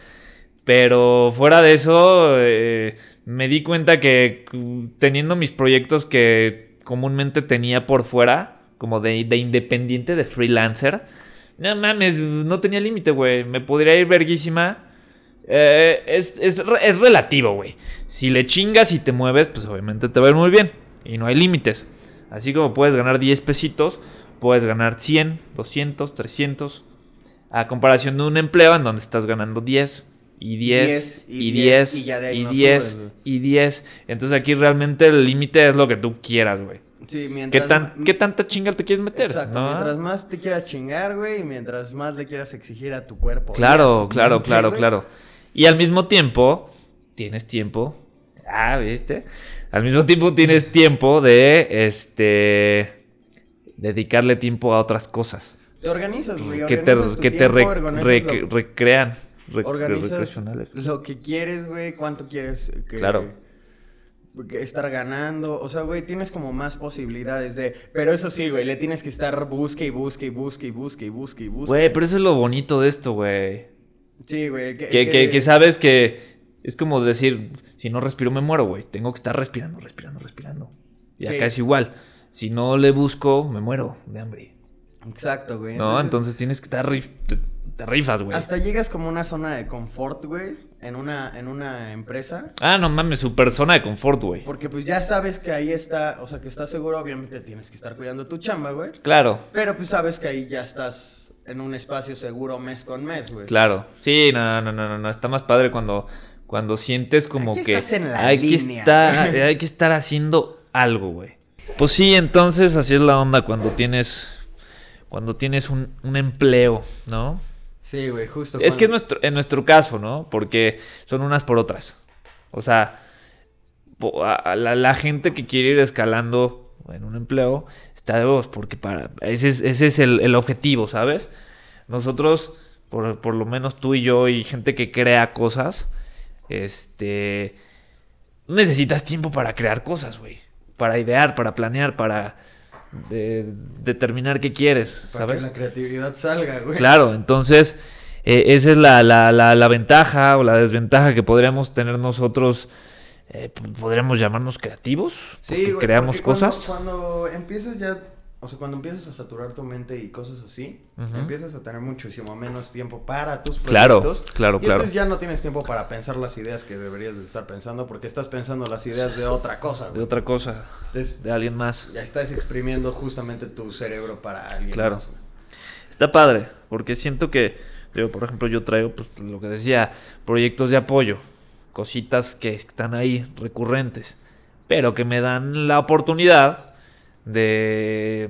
Pero fuera de eso, eh, me di cuenta que cu- teniendo mis proyectos que comúnmente tenía por fuera, como de, de independiente, de freelancer, no mames, no tenía límite, güey. Me podría ir verguísima. Eh, es, es re- es relativo, güey. Si le chingas y te mueves, pues obviamente te va a ir muy bien. Y no hay límites. Así como puedes ganar 10 pesitos, puedes ganar 100, 200, 300. A comparación de un empleo en donde estás ganando 10 y 10
10, y
y
10,
10
y ya de ahí
y
no
10
subes, güey.
y 10. Entonces aquí realmente el límite es lo que tú quieras, güey.
Sí,
¿Qué,
mientras...
tan, ¿Qué tanta chinga te quieres meter?
Exacto,
no?
mientras más te quieras chingar, güey, y mientras más le quieras exigir a tu cuerpo. y a
Claro,
tu
claro,
mente,
claro,
güey.
claro. Y al mismo tiempo, tienes tiempo. Ah, ¿viste? Al mismo tiempo tienes tiempo de este dedicarle tiempo a otras cosas
Te organizas, güey.
que te,
organizas tu
que te re-
tiempo, organizas
re-
lo-
recrean, re-
organizas
recreacionales.
lo que quieres, güey, cuánto quieres que-
Claro.
que estar ganando, o sea, güey, tienes como más posibilidades de, pero eso sí, güey, le tienes que estar busque y busque y busque y busque y busque y busque.
Güey, pero eso es lo bonito de esto, güey.
Sí, güey, el que,
Que,
el
que- que sabes que es como decir, si no respiro me muero, güey. Tengo que estar respirando, respirando, respirando. Y
Sí.
acá es igual. Si no le busco, me muero de hambre.
Exacto, güey.
No, entonces tienes que estar rif- te, te rifas, güey.
hasta llegas como a una zona de confort, güey, en una en una empresa,
Ah, no mames, su persona de confort, güey.
porque pues ya sabes que ahí está, o sea, que estás seguro, obviamente tienes que estar cuidando tu chamba, güey,
Claro,
pero pues sabes que ahí ya estás en un espacio seguro mes con mes, güey.
claro. Sí, no, no, no, no, no. Está más padre cuando, cuando sientes como
Aquí
que
estás en la
hay que
línea.
estar, hay que estar haciendo algo, güey. Pues sí, entonces así es la onda cuando tienes, cuando tienes un, un empleo, ¿no?
Sí, güey, justo.
Es que es
cuando-
nuestro, en nuestro caso, ¿no? Porque son unas por otras. O sea, po- a- a la, la gente que quiere ir escalando en un empleo está de vos, porque para, ese es, ese es el, el objetivo, ¿sabes? Nosotros, por, por lo menos tú y yo y gente que crea cosas, este, necesitas tiempo para crear cosas, güey. Para idear, para planear, para de- determinar qué quieres,
Para
¿sabes?
que la creatividad salga, güey.
Claro, entonces eh, esa es la, la- la- la ventaja o la desventaja que podríamos tener nosotros. eh, p- podríamos llamarnos creativos, porque
güey,
creamos
porque cuando-
cosas.
Cuando, empiezas ya, o sea, cuando empiezas a saturar tu mente y cosas así,
Ujú.
empiezas a tener muchísimo menos tiempo para tus
Claro,
proyectos.
claro,
y
claro.
Entonces ya no tienes tiempo para pensar las ideas que deberías de estar pensando porque estás pensando las ideas de otra cosa,
De
güey.
otra cosa,
Entonces
de alguien más.
ya estás exprimiendo justamente tu cerebro para alguien
Claro.
más, güey.
Está padre, porque siento que, digo, por ejemplo, yo traigo, pues lo que decía, proyectos de apoyo, cositas que están ahí, recurrentes, pero que me dan la oportunidad de,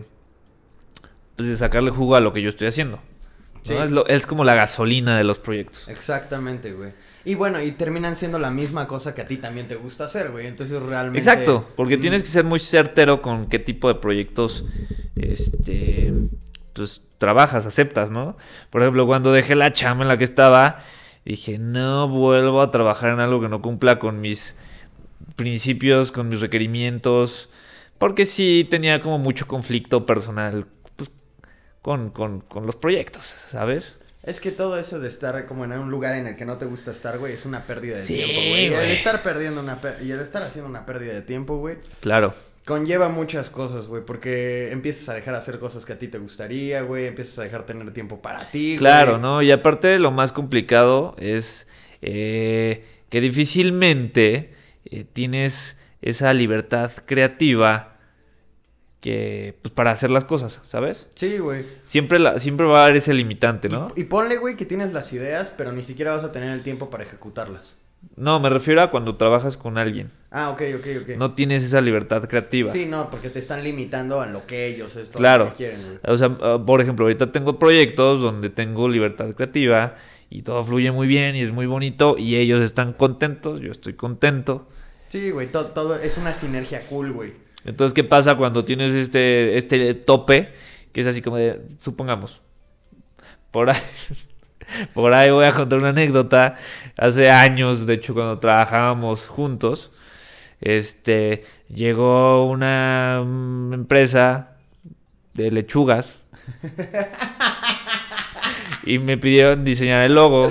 pues, de sacarle jugo a lo que yo estoy haciendo. ¿no?
Sí.
Es, lo- es como la gasolina de los proyectos.
Exactamente, güey. Y bueno, y terminan siendo la misma cosa que a ti también te gusta hacer, güey. Entonces realmente...
Exacto, porque
Mm,
tienes que ser muy certero con qué tipo de proyectos este, pues trabajas, aceptas, ¿no? Por ejemplo, cuando dejé la chamba en la que estaba, dije, no vuelvo a trabajar en algo que no cumpla con mis principios, con mis requerimientos, porque sí tenía como mucho conflicto personal pues, con, con, con los proyectos, ¿sabes?
Es que todo eso de estar como en un lugar en el que no te gusta estar, güey, es una pérdida de
Sí,
tiempo, güey. Y El
güey.
estar perdiendo una per- y el estar haciendo una pérdida de tiempo, güey,
Claro.
conlleva muchas cosas, güey, porque empiezas a dejar hacer cosas que a ti te gustaría, güey, empiezas a dejar tener tiempo para ti,
Claro,
güey.
¿no? Y aparte lo más complicado es eh, que difícilmente eh, tienes esa libertad creativa que pues, para hacer las cosas, ¿sabes?
Sí, güey.
Siempre, la, siempre va a haber ese limitante, ¿no?
Y ponle, güey, que tienes las ideas, pero ni siquiera vas a tener el tiempo para ejecutarlas.
No, me refiero a cuando trabajas con alguien.
Ah, ok, ok, ok.
No tienes esa libertad creativa.
sí, no, porque te están limitando a lo que ellos, esto,
Claro.
lo que quieren, güey.
O sea, uh, por ejemplo, ahorita tengo proyectos donde tengo libertad creativa y todo fluye muy bien y es muy bonito y ellos están contentos, yo estoy contento.
Sí, güey, to- todo es una sinergia cool, güey.
Entonces, ¿qué pasa cuando tienes este, este tope? Que es así como de, supongamos, por ahí, por ahí voy a contar una anécdota. Hace años, de hecho, cuando trabajábamos juntos, este, llegó una mm, empresa de lechugas y me pidieron diseñar el logo.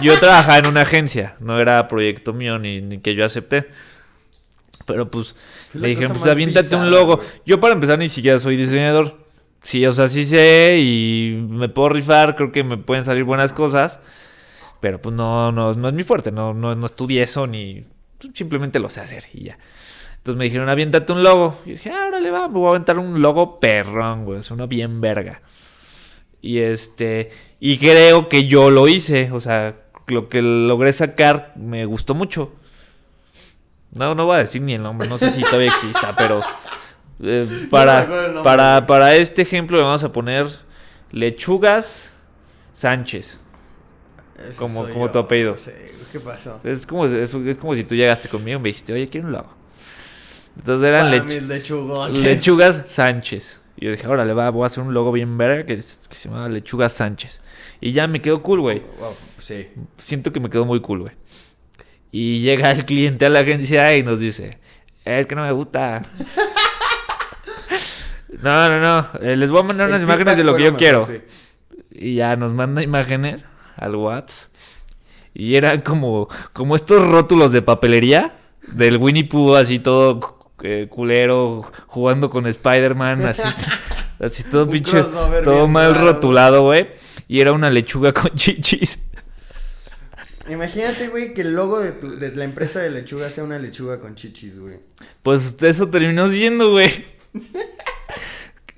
Yo trabajaba en una agencia, no era proyecto mío ni, ni que yo acepté. Pero pues
Fue la
le dijeron,
cosa
pues
más
aviéntate un
bizarra,
logo.
güey.
Yo para empezar ni siquiera soy diseñador. Sí, o sea, sí sé y me puedo rifar, creo que me pueden salir buenas cosas. Pero pues no, no, no es mi fuerte, no, no, no estudié eso ni simplemente lo sé hacer y ya. Entonces me dijeron, aviéntate un logo. Y dije, ah, órale, va, me voy a aventar un logo perrón, güey. Es uno bien verga. Y este, y creo que yo lo hice. O sea, lo que logré sacar me gustó mucho. No, no voy a decir ni el nombre, no sé si todavía exista, pero eh, para,
recuerdo el nombre,
para,
güey.
para este ejemplo le vamos a poner Lechugas Sánchez.
Ese
Como-
soy
como tu apellido.
Sí, güey, ¿qué pasó?
Es como, es, es como si tú llegaste conmigo y me dijiste, oye, quiero un logo. Entonces eran
Para
lechugas.
mis lechugones.
Lechugas Sánchez. Y yo dije, órale, va, voy a hacer un logo bien verga que, es- que se llama Lechugas Sánchez. Y ya me quedó cool, güey.
Wow, sí.
Siento que me quedó muy cool, güey. Y llega el cliente a la agencia y nos dice, es que no me gusta. no, no, no. eh, les voy a mandar unas
El
imágenes de
feedback
lo que yo
fue
quiero.
mejor, sí.
Y ya nos manda imágenes al WhatsApp. Y eran como, como estos rótulos de papelería del Winnie Pooh, así todo eh, culero, jugando con Spider-Man, así, así todo
Un
pinche,
crossover
todo
bien
mal
raro.
rotulado, güey. Y era una lechuga con chichis.
Imagínate, güey, que el logo de, tu- de la empresa de lechuga sea una lechuga con chichis, güey.
Pues eso terminó siendo, güey.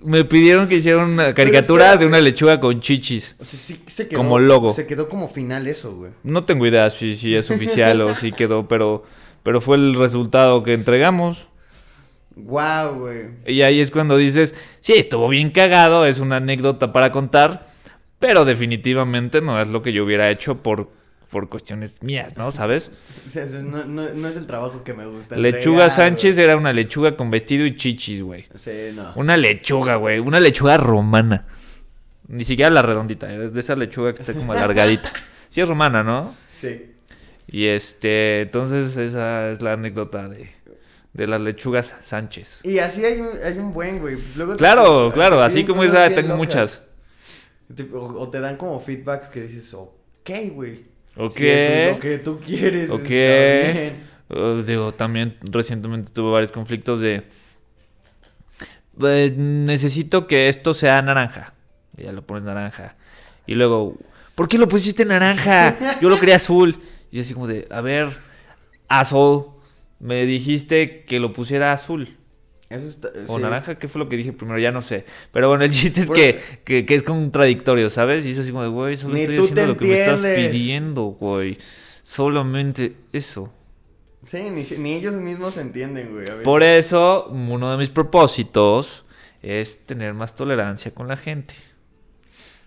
Me pidieron que hiciera una caricatura de
espérate.
una lechuga con chichis.
O sea, sí se quedó.
Como logo.
Se quedó como final eso, güey.
No tengo idea si, si es oficial o si quedó, pero, pero fue el resultado que entregamos.
Wow, güey.
Y ahí es cuando dices, sí, estuvo bien cagado, es una anécdota para contar, pero definitivamente no es lo que yo hubiera hecho por, por cuestiones mías, ¿no? ¿Sabes?
O sea, eso no, no- no es el trabajo que me gusta.
Lechuga
entregar,
Sánchez eh. era una lechuga con vestido y chichis, güey.
güey. Sí, no.
Una lechuga, güey, una lechuga romana. Ni siquiera la redondita, es de esa lechuga que está como alargadita. Sí es romana, ¿no?
Sí.
Y este, entonces esa es la anécdota de, de las lechugas Sánchez.
Y así hay un, hay un buen, güey. Luego te-
Claro,
te
claro,
piden
así como
cosas
esa
bien
tengo
locas.
muchas.
Te- O, o te dan como feedbacks que dices, ok, güey.
Ok.
Si eso es lo que tú quieres.
Ok.
está bien".
Eh, digo, también recientemente tuve varios conflictos de. eh, necesito que esto sea naranja. Y ya lo pones naranja. Y luego, ¿por qué lo pusiste naranja? Yo lo quería azul. Y así como de, a ver, azul. Me dijiste que lo pusiera azul.
Eso está.
O
sí.
naranja, ¿qué fue lo que dije primero? Ya no sé. Pero bueno, el chiste es
Bueno.
que, que, que es contradictorio, ¿sabes? Y es así como de, güey, solo
Ni
estoy
tú
haciendo
te
lo que me estás
entiendes.
pidiendo, güey. Solamente eso.
Sí, ni, si- ni ellos mismos entienden, güey. a veces.
Por e- eso, uno de mis propósitos es tener más tolerancia con la gente.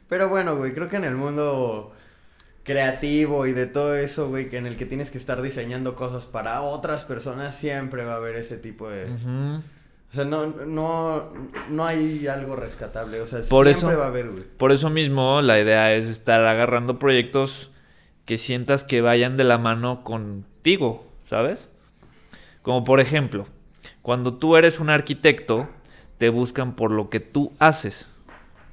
Pero bueno, güey, creo que en el mundo creativo y de todo eso, güey, que en el que tienes que estar diseñando cosas para otras personas, siempre va a haber ese tipo de,
Ujú.
O sea, no, no, no hay algo rescatable. O sea,
Por
siempre
eso-
va a haber, güey.
Por eso mismo, la idea es estar agarrando proyectos que sientas que vayan de la mano contigo, ¿sabes? Como por ejemplo, cuando tú eres un arquitecto, te buscan por lo que tú haces.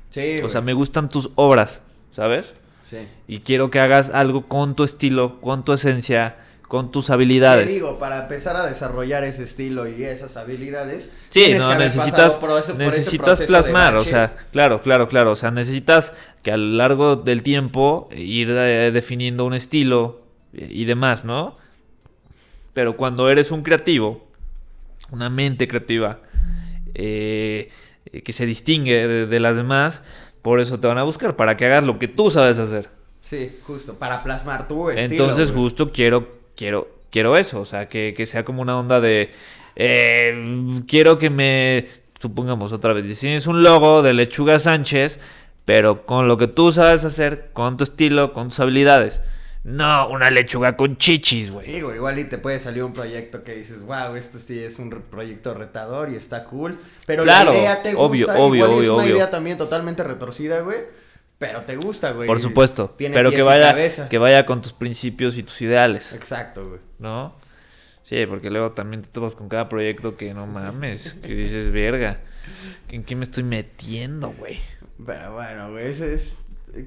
Sí,
O
güey.
sea, me gustan tus obras, ¿sabes?
sí.
Y quiero que hagas algo con tu estilo, con tu esencia, con tus
Te
habilidades.
digo, para empezar a desarrollar ese estilo y esas habilidades,
Sí,
tienes que
no,
haber
necesitas,
pasado por ese- por ese
necesitas
proceso de
plasmar, o sea,
baches.
claro, claro, claro, o sea, necesitas que a lo largo del tiempo ir eh, definiendo un estilo y demás, ¿no? Pero cuando eres un creativo, una mente creativa, eh, que se distingue de, de las demás, por eso te van a buscar, para que hagas lo que tú sabes hacer.
Sí, justo, para plasmar tu estilo.
Entonces,
güey.
justo quiero, quiero, quiero eso. O sea, que, que sea como una onda de. eh, quiero que me. Supongamos otra vez, diseñes un logo de Lechuga Sánchez, pero con lo que tú sabes hacer, con tu estilo, con tus habilidades. No, una lechuga con chichis, güey.
Digo, igual y te puede salir un proyecto que dices, wow, esto sí es un re- proyecto retador y está cool. Pero
Claro,
la idea te
obvio,
gusta,
obvio,
igual y es
obvio,
una
obvio.
idea también totalmente retorcida, güey. Pero te gusta, güey.
Por supuesto.
Tiene
Pero
pies
que
y
vaya,
cabeza.
que vaya con tus principios y tus ideales,
Exacto, güey.
¿no? Sí, porque luego también te topas con cada proyecto que no mames, que dices, verga, ¿en qué me estoy metiendo, güey?
Pero bueno, güey, ese es,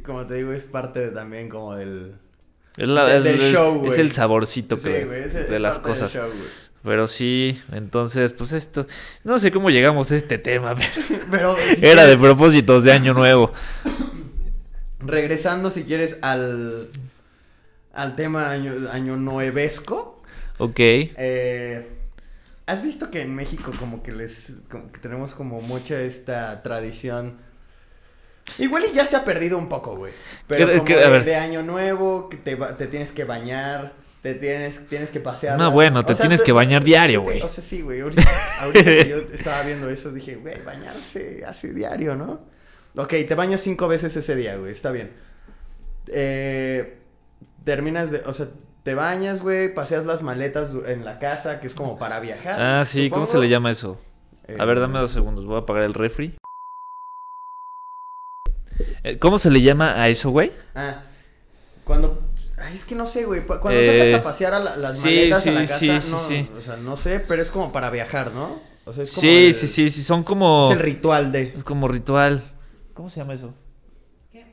como te digo, es parte de- también como del...
Es, la-
de-
es-
del
es-
show,
es
güey.
el saborcito que de-
es-
de
es
las
parte del
cosas.
show, güey.
Pero sí, entonces, pues esto. No sé cómo llegamos a este tema.
Pero
pero
si
Era de
quieres-
propósitos de Año Nuevo.
regresando, si quieres, al, al tema año, año nuevesco.
Ok.
Eh, ¿Has visto que en México como que les como que tenemos como mucha esta tradición? Igual y ya se ha perdido un poco, güey. Pero
Creo
como
que- a
de,
ver.
de año nuevo, que te, ba- te tienes que bañar, te tienes, tienes que pasear.
No,
la-
bueno, te tienes que bañar diario, güey.
O sea, sí, güey. Ahorita, ahorita que yo estaba viendo eso, dije, güey, bañarse hace diario, ¿no? Ok, te bañas cinco veces ese día, güey, está bien. Eh, terminas de, o sea, te bañas, güey, paseas las maletas du- en la casa, que es como para viajar.
Ah, sí, ¿cómo se
supongo.
le llama eso?
Eh,
A ver, dame dos segundos. Voy a apagar el refri. Eh, ¿Cómo se le llama a eso, güey?
Ah, cuando, ay, es que no sé, güey, pa- cuando
Eh,
sacas a pasear a la- las
sí,
maletas
sí,
a la casa,
sí, sí,
no,
sí.
o sea, no sé, pero es como para viajar, ¿no? O sea, es como
Sí,
el-
sí, sí, sí, son como.
Es el ritual de,
Es como ritual. ¿Cómo se llama eso?
¿Qué?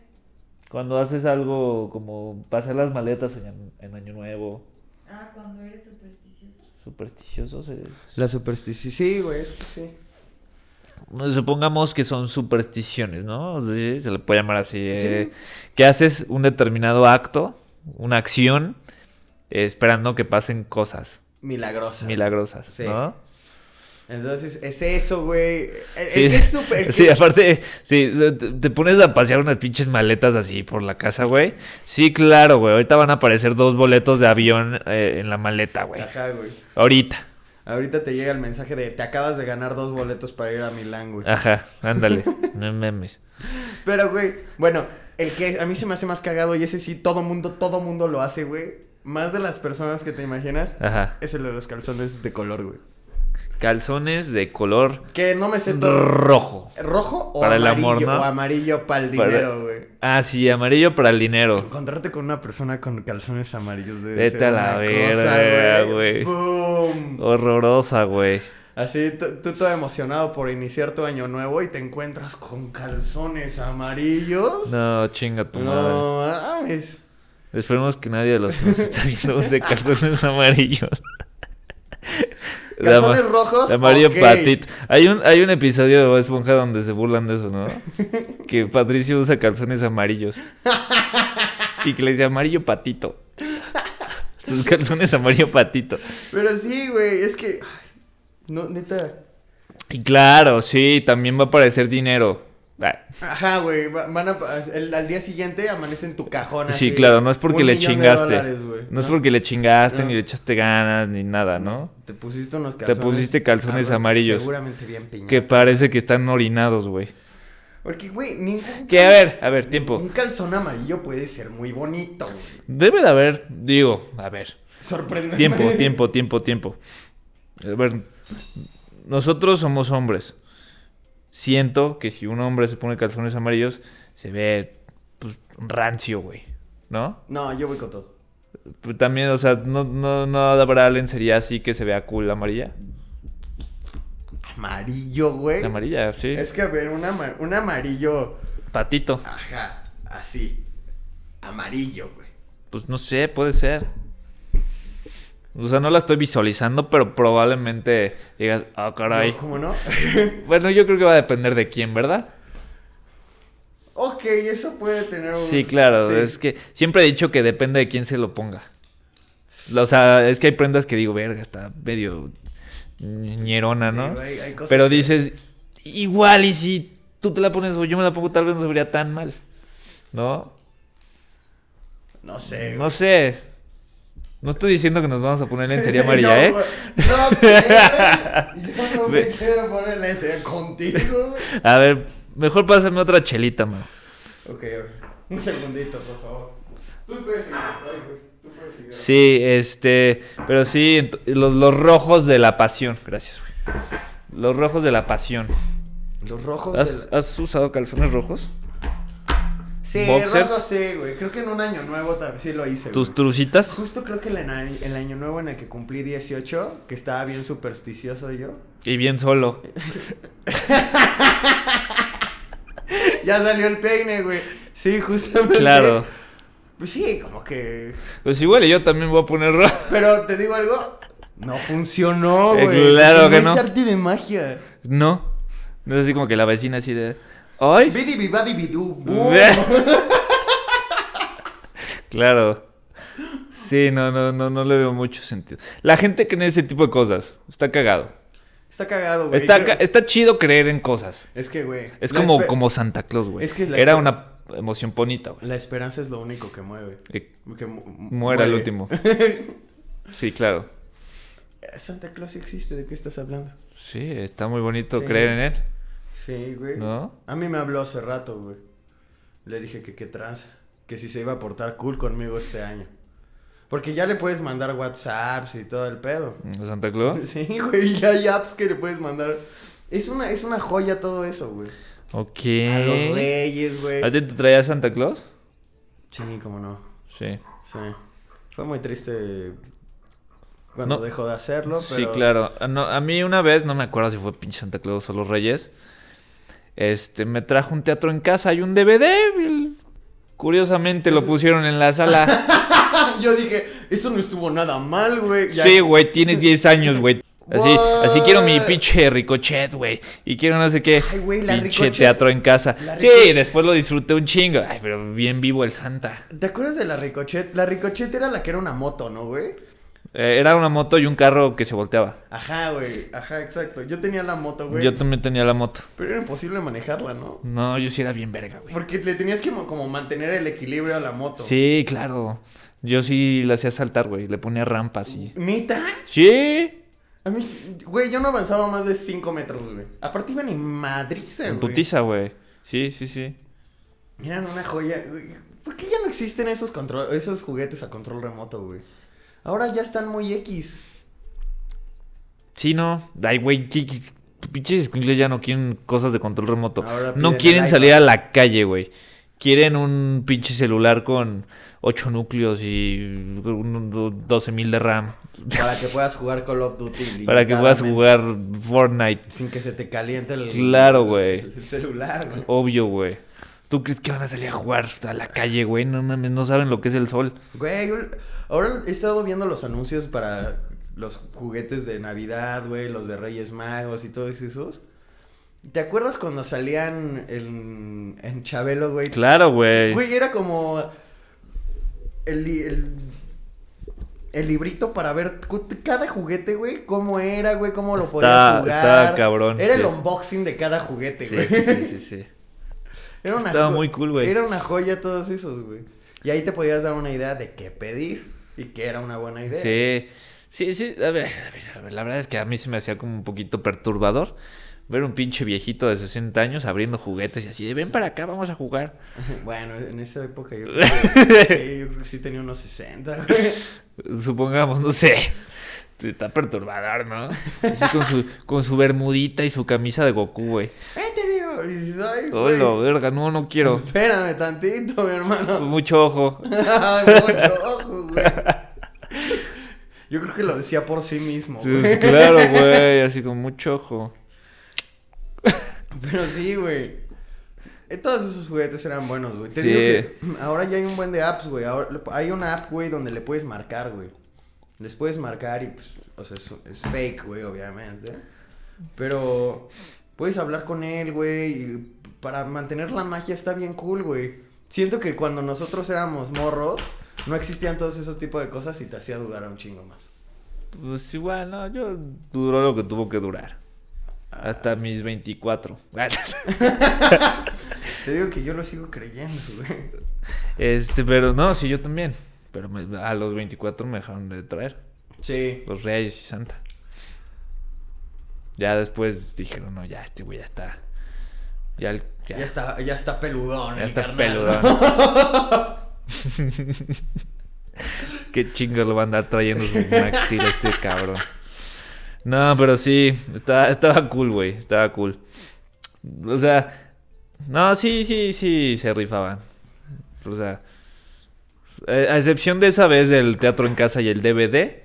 Cuando haces algo como pasar las maletas en, Año- en Año Nuevo.
Ah, cuando eres supersticioso.
Supersticiosos. eh.
la superstición, sí, güey, es- sí.
Supongamos que son supersticiones, ¿no? Sí, se le puede llamar así. eh,
Sí.
que haces un determinado acto, una acción, eh, esperando que pasen cosas
Milagrosa.
milagrosas,
Sí.
¿no?
Entonces, es eso, güey. El- el
Sí,
que es super- el
sí,
que-
aparte, sí, te, te pones a pasear unas pinches maletas así por la casa, güey. Sí, claro, güey. Ahorita van a aparecer dos boletos de avión eh, en la maleta, güey.
Ajá, güey.
Ahorita.
Ahorita te llega el mensaje de te acabas de ganar dos boletos para ir a Milán, güey.
Ajá, ándale. No memes.
Pero, güey, bueno, el que a mí se me hace más cagado y ese sí, todo mundo, todo mundo lo hace, güey. Más de las personas que te imaginas,
Ajá.
es el de los calzones de color, güey.
Calzones de color
Que no me sé todo.
rojo.
Rojo o
Para el
amarillo.
amor, ¿no?
O amarillo para el
Para-
dinero, güey.
Ah, sí, amarillo para el dinero.
Encontrarte con una persona con calzones amarillos de
Vete a la verga, güey.
¡Boom!
Horrorosa, güey.
Así, tú tú todo emocionado por iniciar tu año nuevo y te encuentras con calzones amarillos.
No, chinga tu madre.
No, mames.
Esperemos que nadie de los que nos está viendo use calzones amarillos. De ama-
Calzones rojos.
de amarillo
ok.
patito. Hay un, hay un episodio de Bob Esponja donde se burlan de eso, ¿no? que Patricio usa calzones amarillos. y que le dice amarillo patito. Tus calzones amarillo patito.
Pero sí, güey, es que. ay, No, neta.
Y claro, sí, también va a aparecer dinero. Ah,
Ajá, güey. va- Van a, el- al día siguiente amanece en tu cajón.
Sí,
así,
claro, no es porque
un
le
millón de
chingaste.
dólares, güey,
no es porque le chingaste,
No.
ni le echaste ganas, ni nada, ¿no?
Te pusiste unos
Te
calzones.
pusiste calzones
ah,
amarillos.
Seguramente bien piñados.
Que parece que están orinados, güey.
Porque, güey, ningún.
Que a ver, a ver, tiempo.
Un calzón amarillo puede ser muy bonito, güey.
Debe de haber, digo, a ver.
Sorprendente.
Tiempo, tiempo, tiempo, tiempo. A ver, nosotros somos hombres. Siento que si un hombre se pone calzones amarillos, se ve pues, rancio, güey. ¿No?
No, yo voy con todo.
Pero También, o sea, no, no, no habrá lencería así que se vea cool amarilla.
Amarillo, güey.
La amarilla, sí.
¿Eh? Es que, a ver, un, ama- un amarillo,
Patito.
ajá, así. Amarillo, güey.
Pues no sé, puede ser. O sea, no la estoy visualizando, pero probablemente digas, ah, caray.
No, ¿Cómo no?
Bueno, yo creo que va a depender de quién, ¿verdad?
ok, eso puede tener un...
Sí, claro.
sí.
Es que siempre he dicho que depende de quién se lo ponga. O sea, es que hay prendas que digo, verga, está medio ñerona, ¿no?
Sí, güey, hay cosas
Pero
que-
dices, igual y si tú te la pones o yo me la pongo, tal vez no se vería tan mal. ¿No?
No sé,
No sé. No estoy diciendo que nos vamos a poner en serie amarilla,
Yo,
¿eh?
güey, No, güey, yo no me quiero poner la S contigo, güey.
A ver, mejor pásame otra chelita, man.
Ok, un segundito, por favor. Tú puedes seguir, ay, güey, tú puedes seguir.
Sí, este, pero sí, ent- los, los rojos de la pasión. Gracias, güey. Los rojos de la pasión.
Los rojos.
¿Has, has usado calzones rojos?
Sí,
boxers?
rojos sí, güey. Creo que en un año nuevo también sí lo hice.
¿Tus
güey.
trucitas?
Justo creo que el, ana- el año nuevo en el que cumplí 18, que estaba bien supersticioso yo.
Y bien solo.
Ya salió el peine, güey. Sí, justamente.
Claro.
Pues sí, como que.
Pues igual y yo también voy a poner rojo.
Pero te digo algo. No funcionó,
Eh,
güey.
claro que no.
Es arte de magia.
No. No es así como que la vecina así de. ¡Ay!
Bidi badi bidu.
claro. Sí, no, no, no, no le veo mucho sentido. La gente cree en ese tipo de cosas. Está cagado.
Está cagado, güey.
Está,
Yo-
ca- está chido creer en cosas.
Es que, güey.
Es
la
como,
espe-
como Santa Claus, güey.
Es que la
Era
espe-
una emoción bonita, güey.
La esperanza es lo único que mueve.
Que
Que mu- mu-
Muera el
muere.
último. Sí, claro.
Eh, Santa Claus existe, ¿de qué estás hablando?
Sí, está muy bonito
Sí.
creer en él.
Sí, güey.
¿No?
A mí me habló hace rato, güey. Le dije que qué tranza. Que si se iba a portar cool conmigo este año. Porque ya le puedes mandar WhatsApps y todo el pedo.
Santa Claus.
Sí, güey, ya hay apps que le puedes mandar. Es una, es una joya todo eso, güey.
Ok.
A los reyes,
¿A
güey.
ti te traía Santa Claus?
Sí, cómo no.
Sí.
Sí. Fue muy triste cuando
No.
dejó de hacerlo, pero...
Sí, claro. Ah, no, a mí una vez, no me acuerdo si fue pinche Santa Claus o los Reyes, este, me trajo un teatro en casa y un DVD. y el- Curiosamente lo pusieron en la sala.
Yo dije, eso no estuvo nada mal, güey. Ya-
sí, güey, tienes 10 años, güey. Así, así quiero mi
What?
pinche ricochet, güey. Y quiero no sé qué.
Ay, güey, la
pinche
Ricochet-
teatro en casa.
la
Sí,
Ricochet-
después lo disfruté un chingo. Ay, pero bien vivo el Santa.
¿Te acuerdas de la Ricochet? La Ricochet era la que era una moto, ¿no, güey?
Eh, era una moto y un carro que se volteaba.
Ajá, güey. Ajá, exacto. Yo tenía la moto, güey.
Yo también tenía la moto.
Pero era imposible manejarla, ¿no?
No, yo sí era bien verga, güey.
Porque le tenías que mo- como mantener el equilibrio a la moto.
Sí, claro. Yo sí la hacía saltar, güey. Le ponía rampas y.
¿Neta?
Sí.
A mí, sí- güey, yo no avanzaba más de 5 metros, güey. Aparte iban en madriza,
En
güey.
putiza, güey. Sí, sí, sí.
Eran una joya, güey. ¿Por qué ya no existen esos, control esos juguetes a control remoto, güey? Ahora ya están muy X.
Sí, no. Ay, güey. qué- qué- Pinches escuincles ya no quieren cosas de control remoto.
Ahora piden
No
el
quieren
iPad.
salir a la calle, güey. Quieren un pinche celular con ocho núcleos y un- un- 12 mil de RAM.
Para que puedas jugar Call of Duty.
Para que puedas
limitadamente.
jugar Fortnite.
Sin que se te caliente el...
Claro, güey.
El celular, güey.
Obvio, güey. ¿Tú crees que van a salir a jugar a la calle, güey? No mames, no saben lo que es el sol.
Güey, yo- ahora he estado viendo los anuncios para los juguetes de Navidad, güey, los de Reyes Magos y todos esos. ¿Te acuerdas cuando salían en, en Chabelo, güey?
Claro, güey.
Güey, era como el, li- el, el librito para ver cu- cada juguete, güey, cómo era, güey, cómo lo
Está-
podías jugar.
está cabrón,
Era el
sí.
unboxing de cada juguete,
Sí,
güey.
sí, sí, sí, sí.
Era una
Estaba
jo-
muy cool, güey.
Era una joya todos esos, güey. Y ahí te podías dar una idea de qué pedir y que era una buena idea.
Sí, sí, sí. A ver, a ver, a ver, la verdad es que a mí se me hacía como un poquito perturbador ver un pinche viejito de 60 años abriendo juguetes y así, de, ven para acá, vamos a jugar.
Bueno, en esa época yo creo que, sí, yo creo que sí tenía unos 60, güey.
Supongamos, no sé. Está perturbador, ¿no? Así con su, con su bermudita y su camisa de Goku, güey.
Vete, digo. Y dices, ay, güey,
Hola, verga, no, no quiero.
Espérame tantito, mi hermano.
Mucho ojo.
Ay, mucho ojo, güey. Yo creo que lo decía por sí mismo.
Sí,
güey.
claro, güey, así con mucho ojo.
Pero sí, güey. Eh, Todos esos juguetes eran buenos, güey. Te
Sí.
digo que ahora ya hay un buen de apps, güey. Ahora le- hay una app, güey, donde le puedes marcar, güey. Les puedes marcar y, pues, o sea, es, es fake, güey, obviamente. Pero puedes hablar con él, güey. Y para mantener la magia está bien cool, güey. Siento que cuando nosotros éramos morros, no existían todos esos tipos de cosas y te hacía dudar un chingo más.
Pues igual, no, yo duró lo que tuvo que durar. Hasta mis 24.
Te digo que yo lo sigo creyendo, güey.
Este, pero no, sí, yo también. Pero me- a los 24 me dejaron de traer
Sí.
los Reyes y Santa. Ya después dijeron, no, ya este güey ya está. Ya, el- ya,
Ya, está, ya está peludón.
ya
mi
está
carnal,
peludón. Qué chingas lo va a andar trayendo su Max Steel a este cabrón. No, pero sí, está- estaba cool, güey. Estaba cool. O sea, no, sí, sí, sí, se rifaban. O sea, eh, a excepción de esa vez del teatro en casa y el DVD,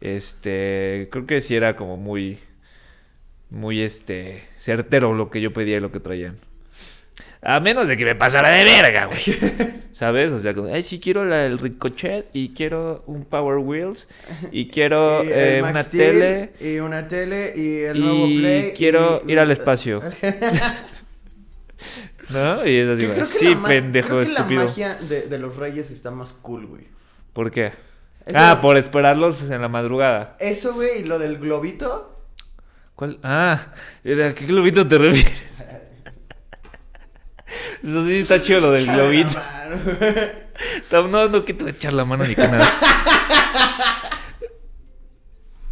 este, creo que sí era como muy, muy, este, certero lo que yo pedía y lo que traían. A menos de que me pasara de verga, güey. ¿Sabes? O sea, como, ay, sí quiero la- el ricochet y quiero un Power Wheels y quiero
Y
eh,
el Max
una
Steel,
tele.
Y una tele y el
Y
nuevo Play.
quiero
y-
ir al espacio. ¿No? Y es así,
Que
güey,
creo que
sí,
la ma-
pendejo
creo que
estúpido.
La magia de, de los reyes está más cool, güey.
¿Por qué?
Es
ah,
el-
por esperarlos en la madrugada.
Eso, güey, y lo del globito.
¿Cuál? Ah, ¿de a qué globito te refieres? Eso sí está chido lo del globito.
Ah,
No, no, no quiero echar la mano ni que nada.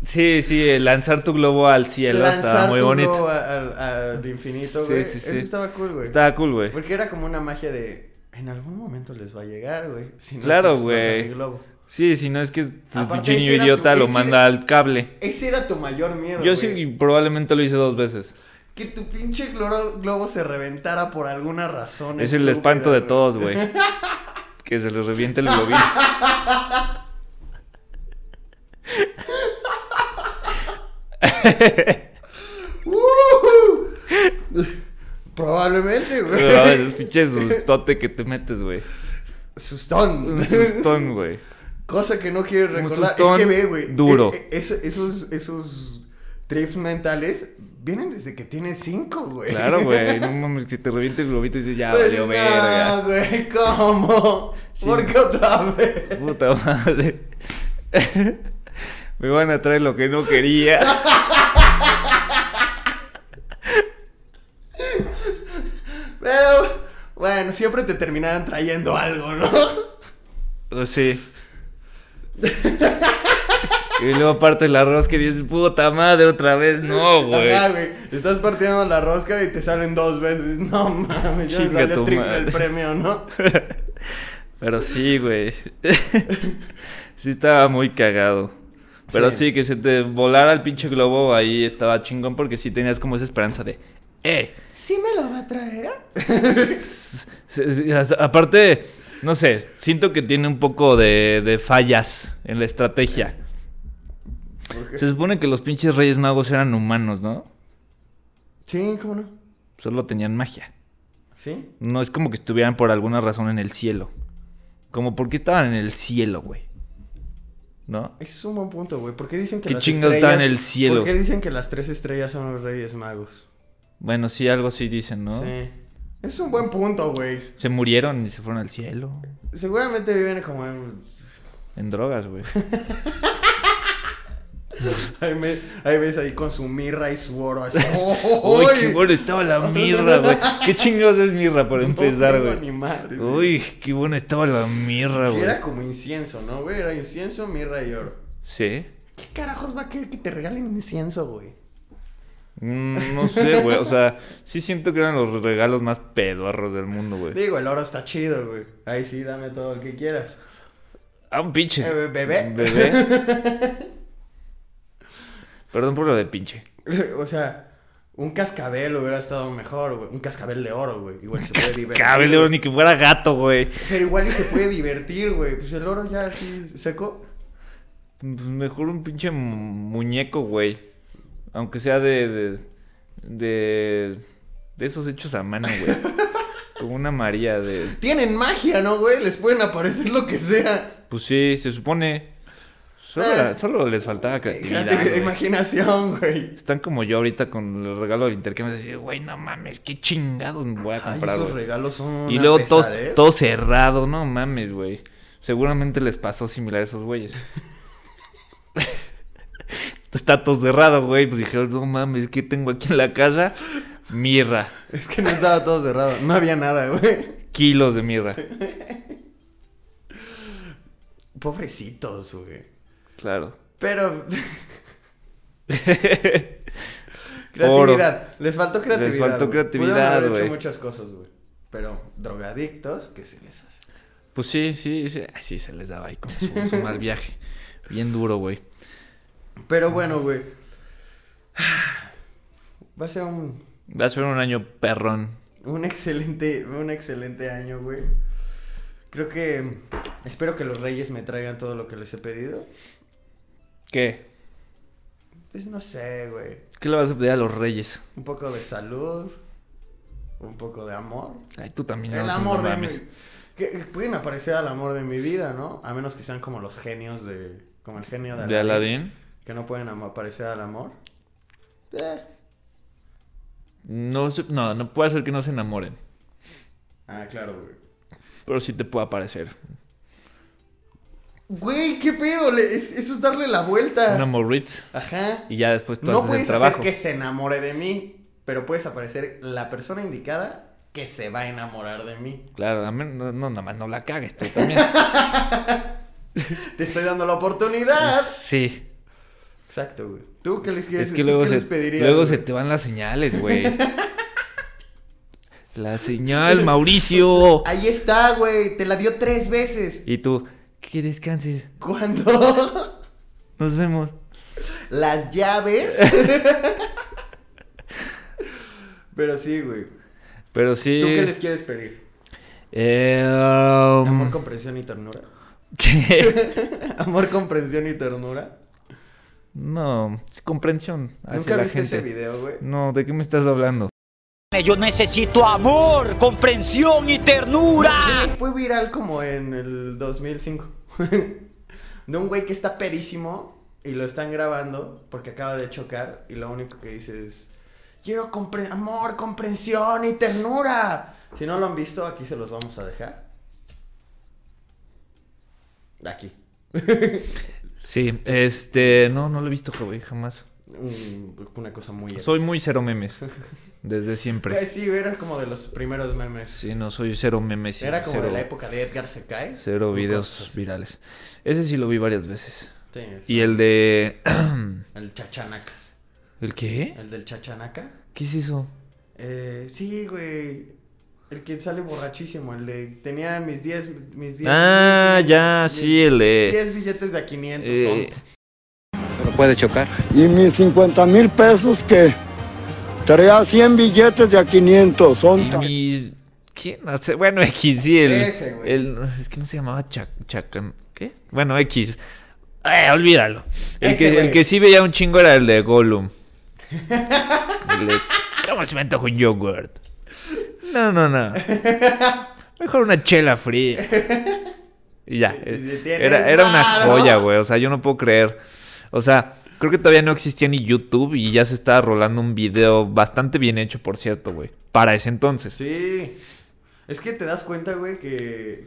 Sí, sí, eh, lanzar tu globo al cielo estaba
Lanzar
muy
tu
bonito.
globo a- al, al infinito,
Sí,
güey.
sí, sí.
Eso estaba cool, güey.
Estaba cool, güey.
Porque era como una magia de. En algún momento les va a llegar, güey. Si no es que
Claro,
explota
güey.
mi globo.
Sí, si no es que el
Aparte,
pinche
ese
niño
era tu-
idiota lo
ese-
manda al cable.
Ese era tu mayor miedo.
Yo
güey.
sí y probablemente lo hice dos veces.
Que tu pinche gloro- globo se reventara por alguna razón.
es el
estúpida,
espanto de
güey.
todos, güey. que se les reviente el globito.
¡Woohoo! Probablemente,
Pero, ay, el
güey.
pinche sustote que te metes, güey.
Sustón.
Un sustón, güey.
Cosa que no quieres
Un
recordar.
sustón
es que ve, güey.
duro.
e- e- eso- esos, esos trips mentales vienen desde que tienes cinco, güey.
Claro, güey. No mames, que te reviente el globito y dices, ya,
Pues
valió
no,
verga.
güey, ¿cómo?
Sí.
¿Por qué otra vez?
Puta madre. Me van a traer lo que no quería.
Pero, bueno, siempre te terminarán trayendo algo, ¿no?
Pues Sí. y luego parte el arroz que dices, puta madre, otra vez. No, güey.
Ajá, güey. Estás partiendo la rosca y te salen dos veces. No mames, ya me
Chinga
salió
tu
triple
madre.
el premio, ¿no?
Pero sí, güey. sí estaba muy cagado. Pero sí.
Sí.
que se te volara el pinche globo ahí estaba chingón porque sí tenías como esa esperanza de, eh.
¿Sí me lo va a traer?
Se- se- as- Aparte, no sé, siento que tiene un poco de, de fallas en la estrategia. Se supone que los pinches reyes magos eran humanos, ¿no?
Sí, ¿cómo no?
Solo tenían magia.
¿Sí?
No es como que estuvieran por alguna razón en el cielo. Como porque estaban en el cielo, güey. ¿No?
Ese es un buen punto, güey. ¿Por qué dicen que
¿Qué
las
chingados
estrellas...
está en el cielo?
¿Por qué dicen que las tres estrellas son los reyes magos?
Bueno, sí, algo así dicen, ¿no?
Sí. Ese Es un buen punto, güey.
Se murieron y se fueron al cielo.
Seguramente viven como en...
En drogas, güey.
Ahí, me- ahí ves ahí con su mirra y su oro así.
Uy,
¡Uy!
qué bueno estaba la mirra, güey. Qué chingados es mirra para empezar,
no tengo ni
güey.
madre, güey.
Uy, qué bueno estaba la mirra,
Que
güey.
era como incienso, ¿no, güey? Era incienso, mirra y oro.
Sí.
¿Qué carajos va a querer que te regalen incienso, güey?
Mm, No sé, güey. O sea, sí siento que eran los regalos más pedorros del mundo, güey.
Digo, el oro está chido, güey. Ahí sí, dame todo lo que quieras.
Ah, un pinche.
Eh, bebé.
Bebé. Perdón por lo de pinche.
o sea, un cascabel hubiera estado mejor, güey. Un cascabel de oro, güey. Igual se puede divertir.
Cascabel de oro,
güey.
ni que fuera gato, güey.
Pero igual y se puede divertir, güey. Pues el oro ya así seco.
Pues mejor un pinche mu- muñeco, güey. Aunque sea de. de. de, de esos hechos a mano, güey. Como una María de.
Tienen magia, ¿no, güey? Les pueden aparecer lo que sea.
Pues sí, se supone. Solo,
Ah.
la- solo les faltaba creatividad.
Creatividad,
güey.
imaginación, güey.
Están como yo ahorita con el regalo del intercambio. Así, güey, no mames, qué chingados me voy a
Ay,
comprar,
esos
Ah, güey.
regalos son.
Y
una
luego todo,
pesadez.
todo cerrado, no mames, güey. Seguramente les pasó similar a esos güeyes. Está todo cerrado, güey. Pues dijeron, no mames, ¿qué tengo aquí en la casa? Mirra.
Es que no estaba todo cerrado. No había nada, güey.
Kilos de mirra.
Pobrecitos, güey.
Claro.
Pero.
Oro.
creatividad. Les faltó creatividad.
Les faltó
güey.
creatividad,
Pudieron haber
güey.
hecho muchas cosas, güey. Pero drogadictos, ¿qué se les hace?
Pues sí, sí, sí. Ay, sí, se les daba ahí como su, su mal viaje. Bien duro, güey.
Pero bueno, güey. Va a ser un,
Va a ser un año perrón.
un excelente, un excelente año, güey. Creo que espero que los reyes me traigan todo lo que les he pedido.
¿Qué?
Pues no sé, güey.
¿Qué le vas a pedir a los reyes?
Un poco de salud, un poco de amor.
Ay, tú también.
El
no,
amor
no
de mi...
mames.
Que que pueden aparecer al amor de mi vida, ¿no? A menos que sean como los genios de... Como el genio de Aladdin.
¿De Aladdin?
Que no pueden am- aparecer al amor. Eh.
No, sé- no, no puede ser que no se enamoren.
Ah, claro, güey.
Pero sí te puede aparecer.
Güey, ¿qué pedo? Le- es- eso es darle la vuelta.
Una Moritz.
Ajá.
Y ya después tú
Ah. No
haces el
puedes hacer
trabajo.
que se enamore de mí, pero puedes aparecer la persona indicada que se va a enamorar de mí.
Claro, a men- no, no, nada más no la cagues tú también.
Te estoy dando la oportunidad.
sí.
Exacto, güey. ¿Tú qué les quieres
Es que
¿tú
luego,
qué
se,
les pedirías,
luego
güey?
se te van las señales, güey. la señal, Mauricio.
Ahí está, güey. Te la dio tres veces.
Y tú, que descanses.
Cuando
Nos vemos.
las llaves. Pero sí, güey.
Pero sí.
¿Tú qué les quieres pedir?
Eh, um,
Amor, comprensión y ternura.
¿qué?
Amor, comprensión y ternura.
No, es comprensión. hacia
¿Nunca
la
viste ese
gente.
video, güey?
No, ¿de qué me estás hablando?
Yo necesito amor, comprensión y ternura.
Fue viral como en el 2005. de un güey que está pedísimo y lo están grabando porque acaba de chocar y lo único que dice es, quiero compre- amor, comprensión y ternura. Si no lo han visto, aquí se los vamos a dejar. Aquí.
Sí, este, no, no lo he visto, güey, jamás.
Un- una cosa muy...
Soy muy cero memes, desde
Eh,
siempre.
sí, era como de los primeros memes.
Sí, no, soy cero memes. y
era como
cero,
de la época de Edgar Secai.
Cero
Cosas
videos
así.
virales. Ese sí lo vi varias veces.
Sí, es-
Y el de...
El chachanacas.
¿El qué?
El del chachanaca.
¿Qué es eso?
Eh, sí, güey. El que sale borrachísimo, el de... Tenía mis 10... Mis 10
Ah,
billetes,
ya,
mis
sí, el de...
10 billetes de a 500.
eh,
son.
Puede chocar.
y mis 50 mil pesos que traía 100 billetes de a 500. Son
y mi... ¿Qué? No sé, bueno, X, sí, el...
Ese, güey.
el- Es que no se llamaba Chac... Chacan- ¿Qué? Bueno, X. Eh, olvídalo. El
Ese,
que, el
güey.
que sí veía un chingo era el de Gollum. El de, ¿Cómo se me antoja un yogurt? No, no, no. Mejor una chela fría. Y ya. eh,
Y si tienes
Era, era una
varo.
joya, güey. O sea, yo no puedo creer. O sea, creo que todavía no existía ni YouTube y ya se estaba rolando un video bastante bien hecho, por cierto, güey. Para ese entonces.
Sí. Es que te das cuenta, güey, que...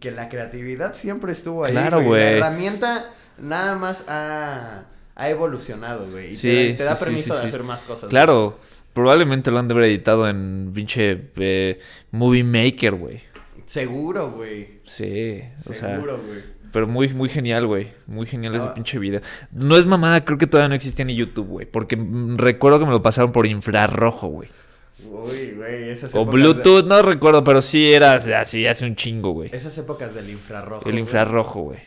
Que la creatividad siempre estuvo ahí.
Claro,
La
güey.
herramienta nada más ha, ha evolucionado, güey. Y
Sí,
te, da- te da
sí, sí,
permiso
sí,
de
sí.
hacer más cosas.
Claro, probablemente lo han de haber editado en pinche eh, Movie Maker, güey.
güey. Seguro, güey.
Sí, o sea,
Seguro, Ah. güey.
pero muy, muy genial, güey. Muy genial ese
Ahora-
pinche video. No es mamada, creo que todavía no existía ni YouTube, güey. Porque mm, recuerdo que me lo pasaron por infrarrojo, güey.
Uy, güey. Esas
O
épocas
Bluetooth, no recuerdo, pero sí era así hace un chingo, güey.
de- esas épocas del infrarrojo.
El
güey.
infrarrojo, güey.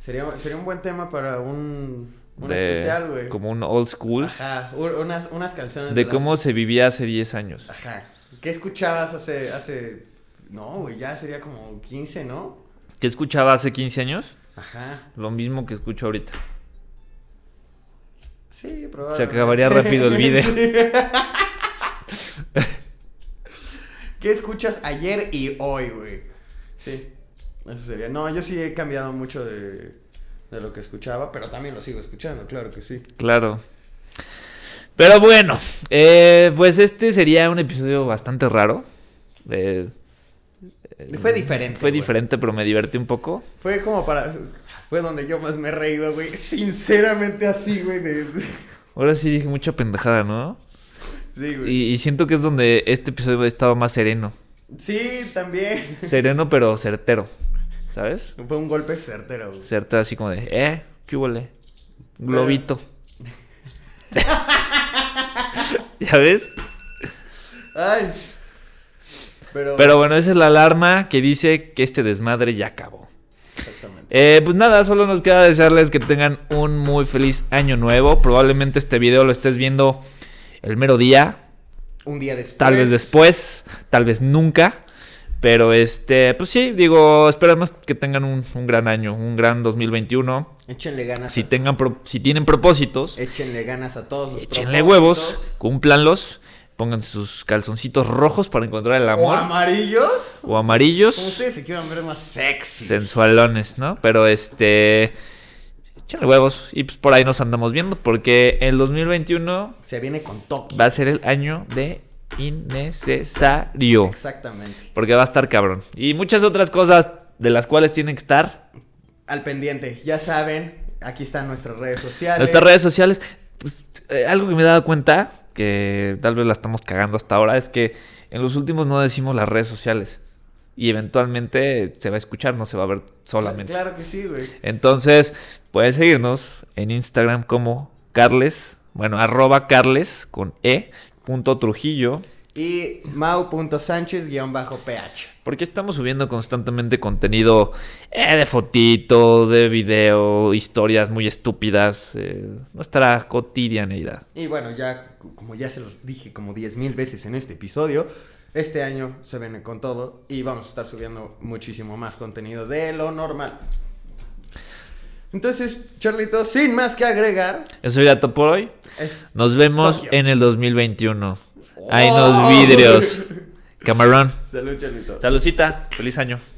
Sería, sería un buen tema para un, Un
de-
especial, güey.
Como un old school.
Ajá, u- unas, unas canciones.
De
las-
cómo se vivía hace 10 años.
Ajá. ¿Qué escuchabas hace, hace... No, güey, ya sería como 15, ¿no?
¿Qué escuchaba hace 15 años?
Ajá.
Lo mismo que escucho ahorita.
Sí, probablemente.
Se acabaría rápido el video.
Sí. ¿Qué escuchas ayer y hoy, güey? Sí. Eso sería. No, yo sí he cambiado mucho de, de lo que escuchaba, pero también lo sigo escuchando, claro que sí.
Claro. Pero bueno, eh, pues este sería un episodio bastante raro. Eh, eh,
Fue diferente,
Fue
güey.
diferente, pero me divertí un poco.
Fue como para. Fue donde yo más me he reído, güey. Sinceramente así, güey. de-
Ahora sí dije mucha pendejada, ¿no?
Sí, güey.
Y, y siento que es donde este episodio estaba más sereno.
Sí, también.
Sereno, pero certero. ¿Sabes?
Fue un golpe certero, güey.
Certero, así como de, eh, qué huele. Globito. ¿Ya ves?
Ay. Pero.
Pero bueno, esa es la alarma que dice que este desmadre ya acabó.
Exactamente.
Eh, pues nada, solo nos queda desearles que tengan un muy feliz año nuevo. Probablemente este video lo estés viendo el mero día,
Un día después.
tal vez después, tal vez nunca. Pero este, pues sí, digo, esperamos que tengan un, un gran año, un gran 2021.
Échenle ganas.
Si,
a-
tengan pro- si tienen propósitos,
Échenle ganas a todos los
échenle
propósitos.
huevos, cúmplanlos, pongan sus calzoncitos rojos para encontrar el
O
amor.
amarillos.
O
Como
amarillos.
ustedes se quieran ver más sexy.
sensualones, ¿no? Pero este. Échale huevos. Y pues por ahí nos andamos viendo. Porque el 2021
se viene con toque.
va a ser el año de innecesario.
Exactamente.
Porque va a estar cabrón. Y muchas otras cosas de las cuales tienen que estar.
Al pendiente. Ya saben, aquí están nuestras redes sociales.
Nuestras redes sociales. pues, eh, algo que me he dado cuenta. Que tal vez la estamos cagando hasta ahora. Es que en los últimos no decimos las redes sociales. Y eventualmente se va a escuchar, no se va a ver solamente.
Claro que sí, güey.
Entonces, pueden seguirnos en Instagram como Carles, bueno, arroba Carles con E, punto Trujillo,
Y mau.sánchez-ph.
porque estamos subiendo constantemente contenido eh, de fotito, de video, historias muy estúpidas, eh, nuestra cotidianeidad.
Y bueno, ya, c- como ya se los dije como 10.000 mil veces en este episodio, este año se viene con todo y vamos a estar subiendo muchísimo más contenido de lo normal. Entonces, Charlito, sin más que agregar,
Eso era todo por hoy.
es-
Nos vemos
Tokio.
en el 2021. Hay
¡Oh!
nos vidrios. Camarón.
Salud, Charlito.
Salucita. Feliz año.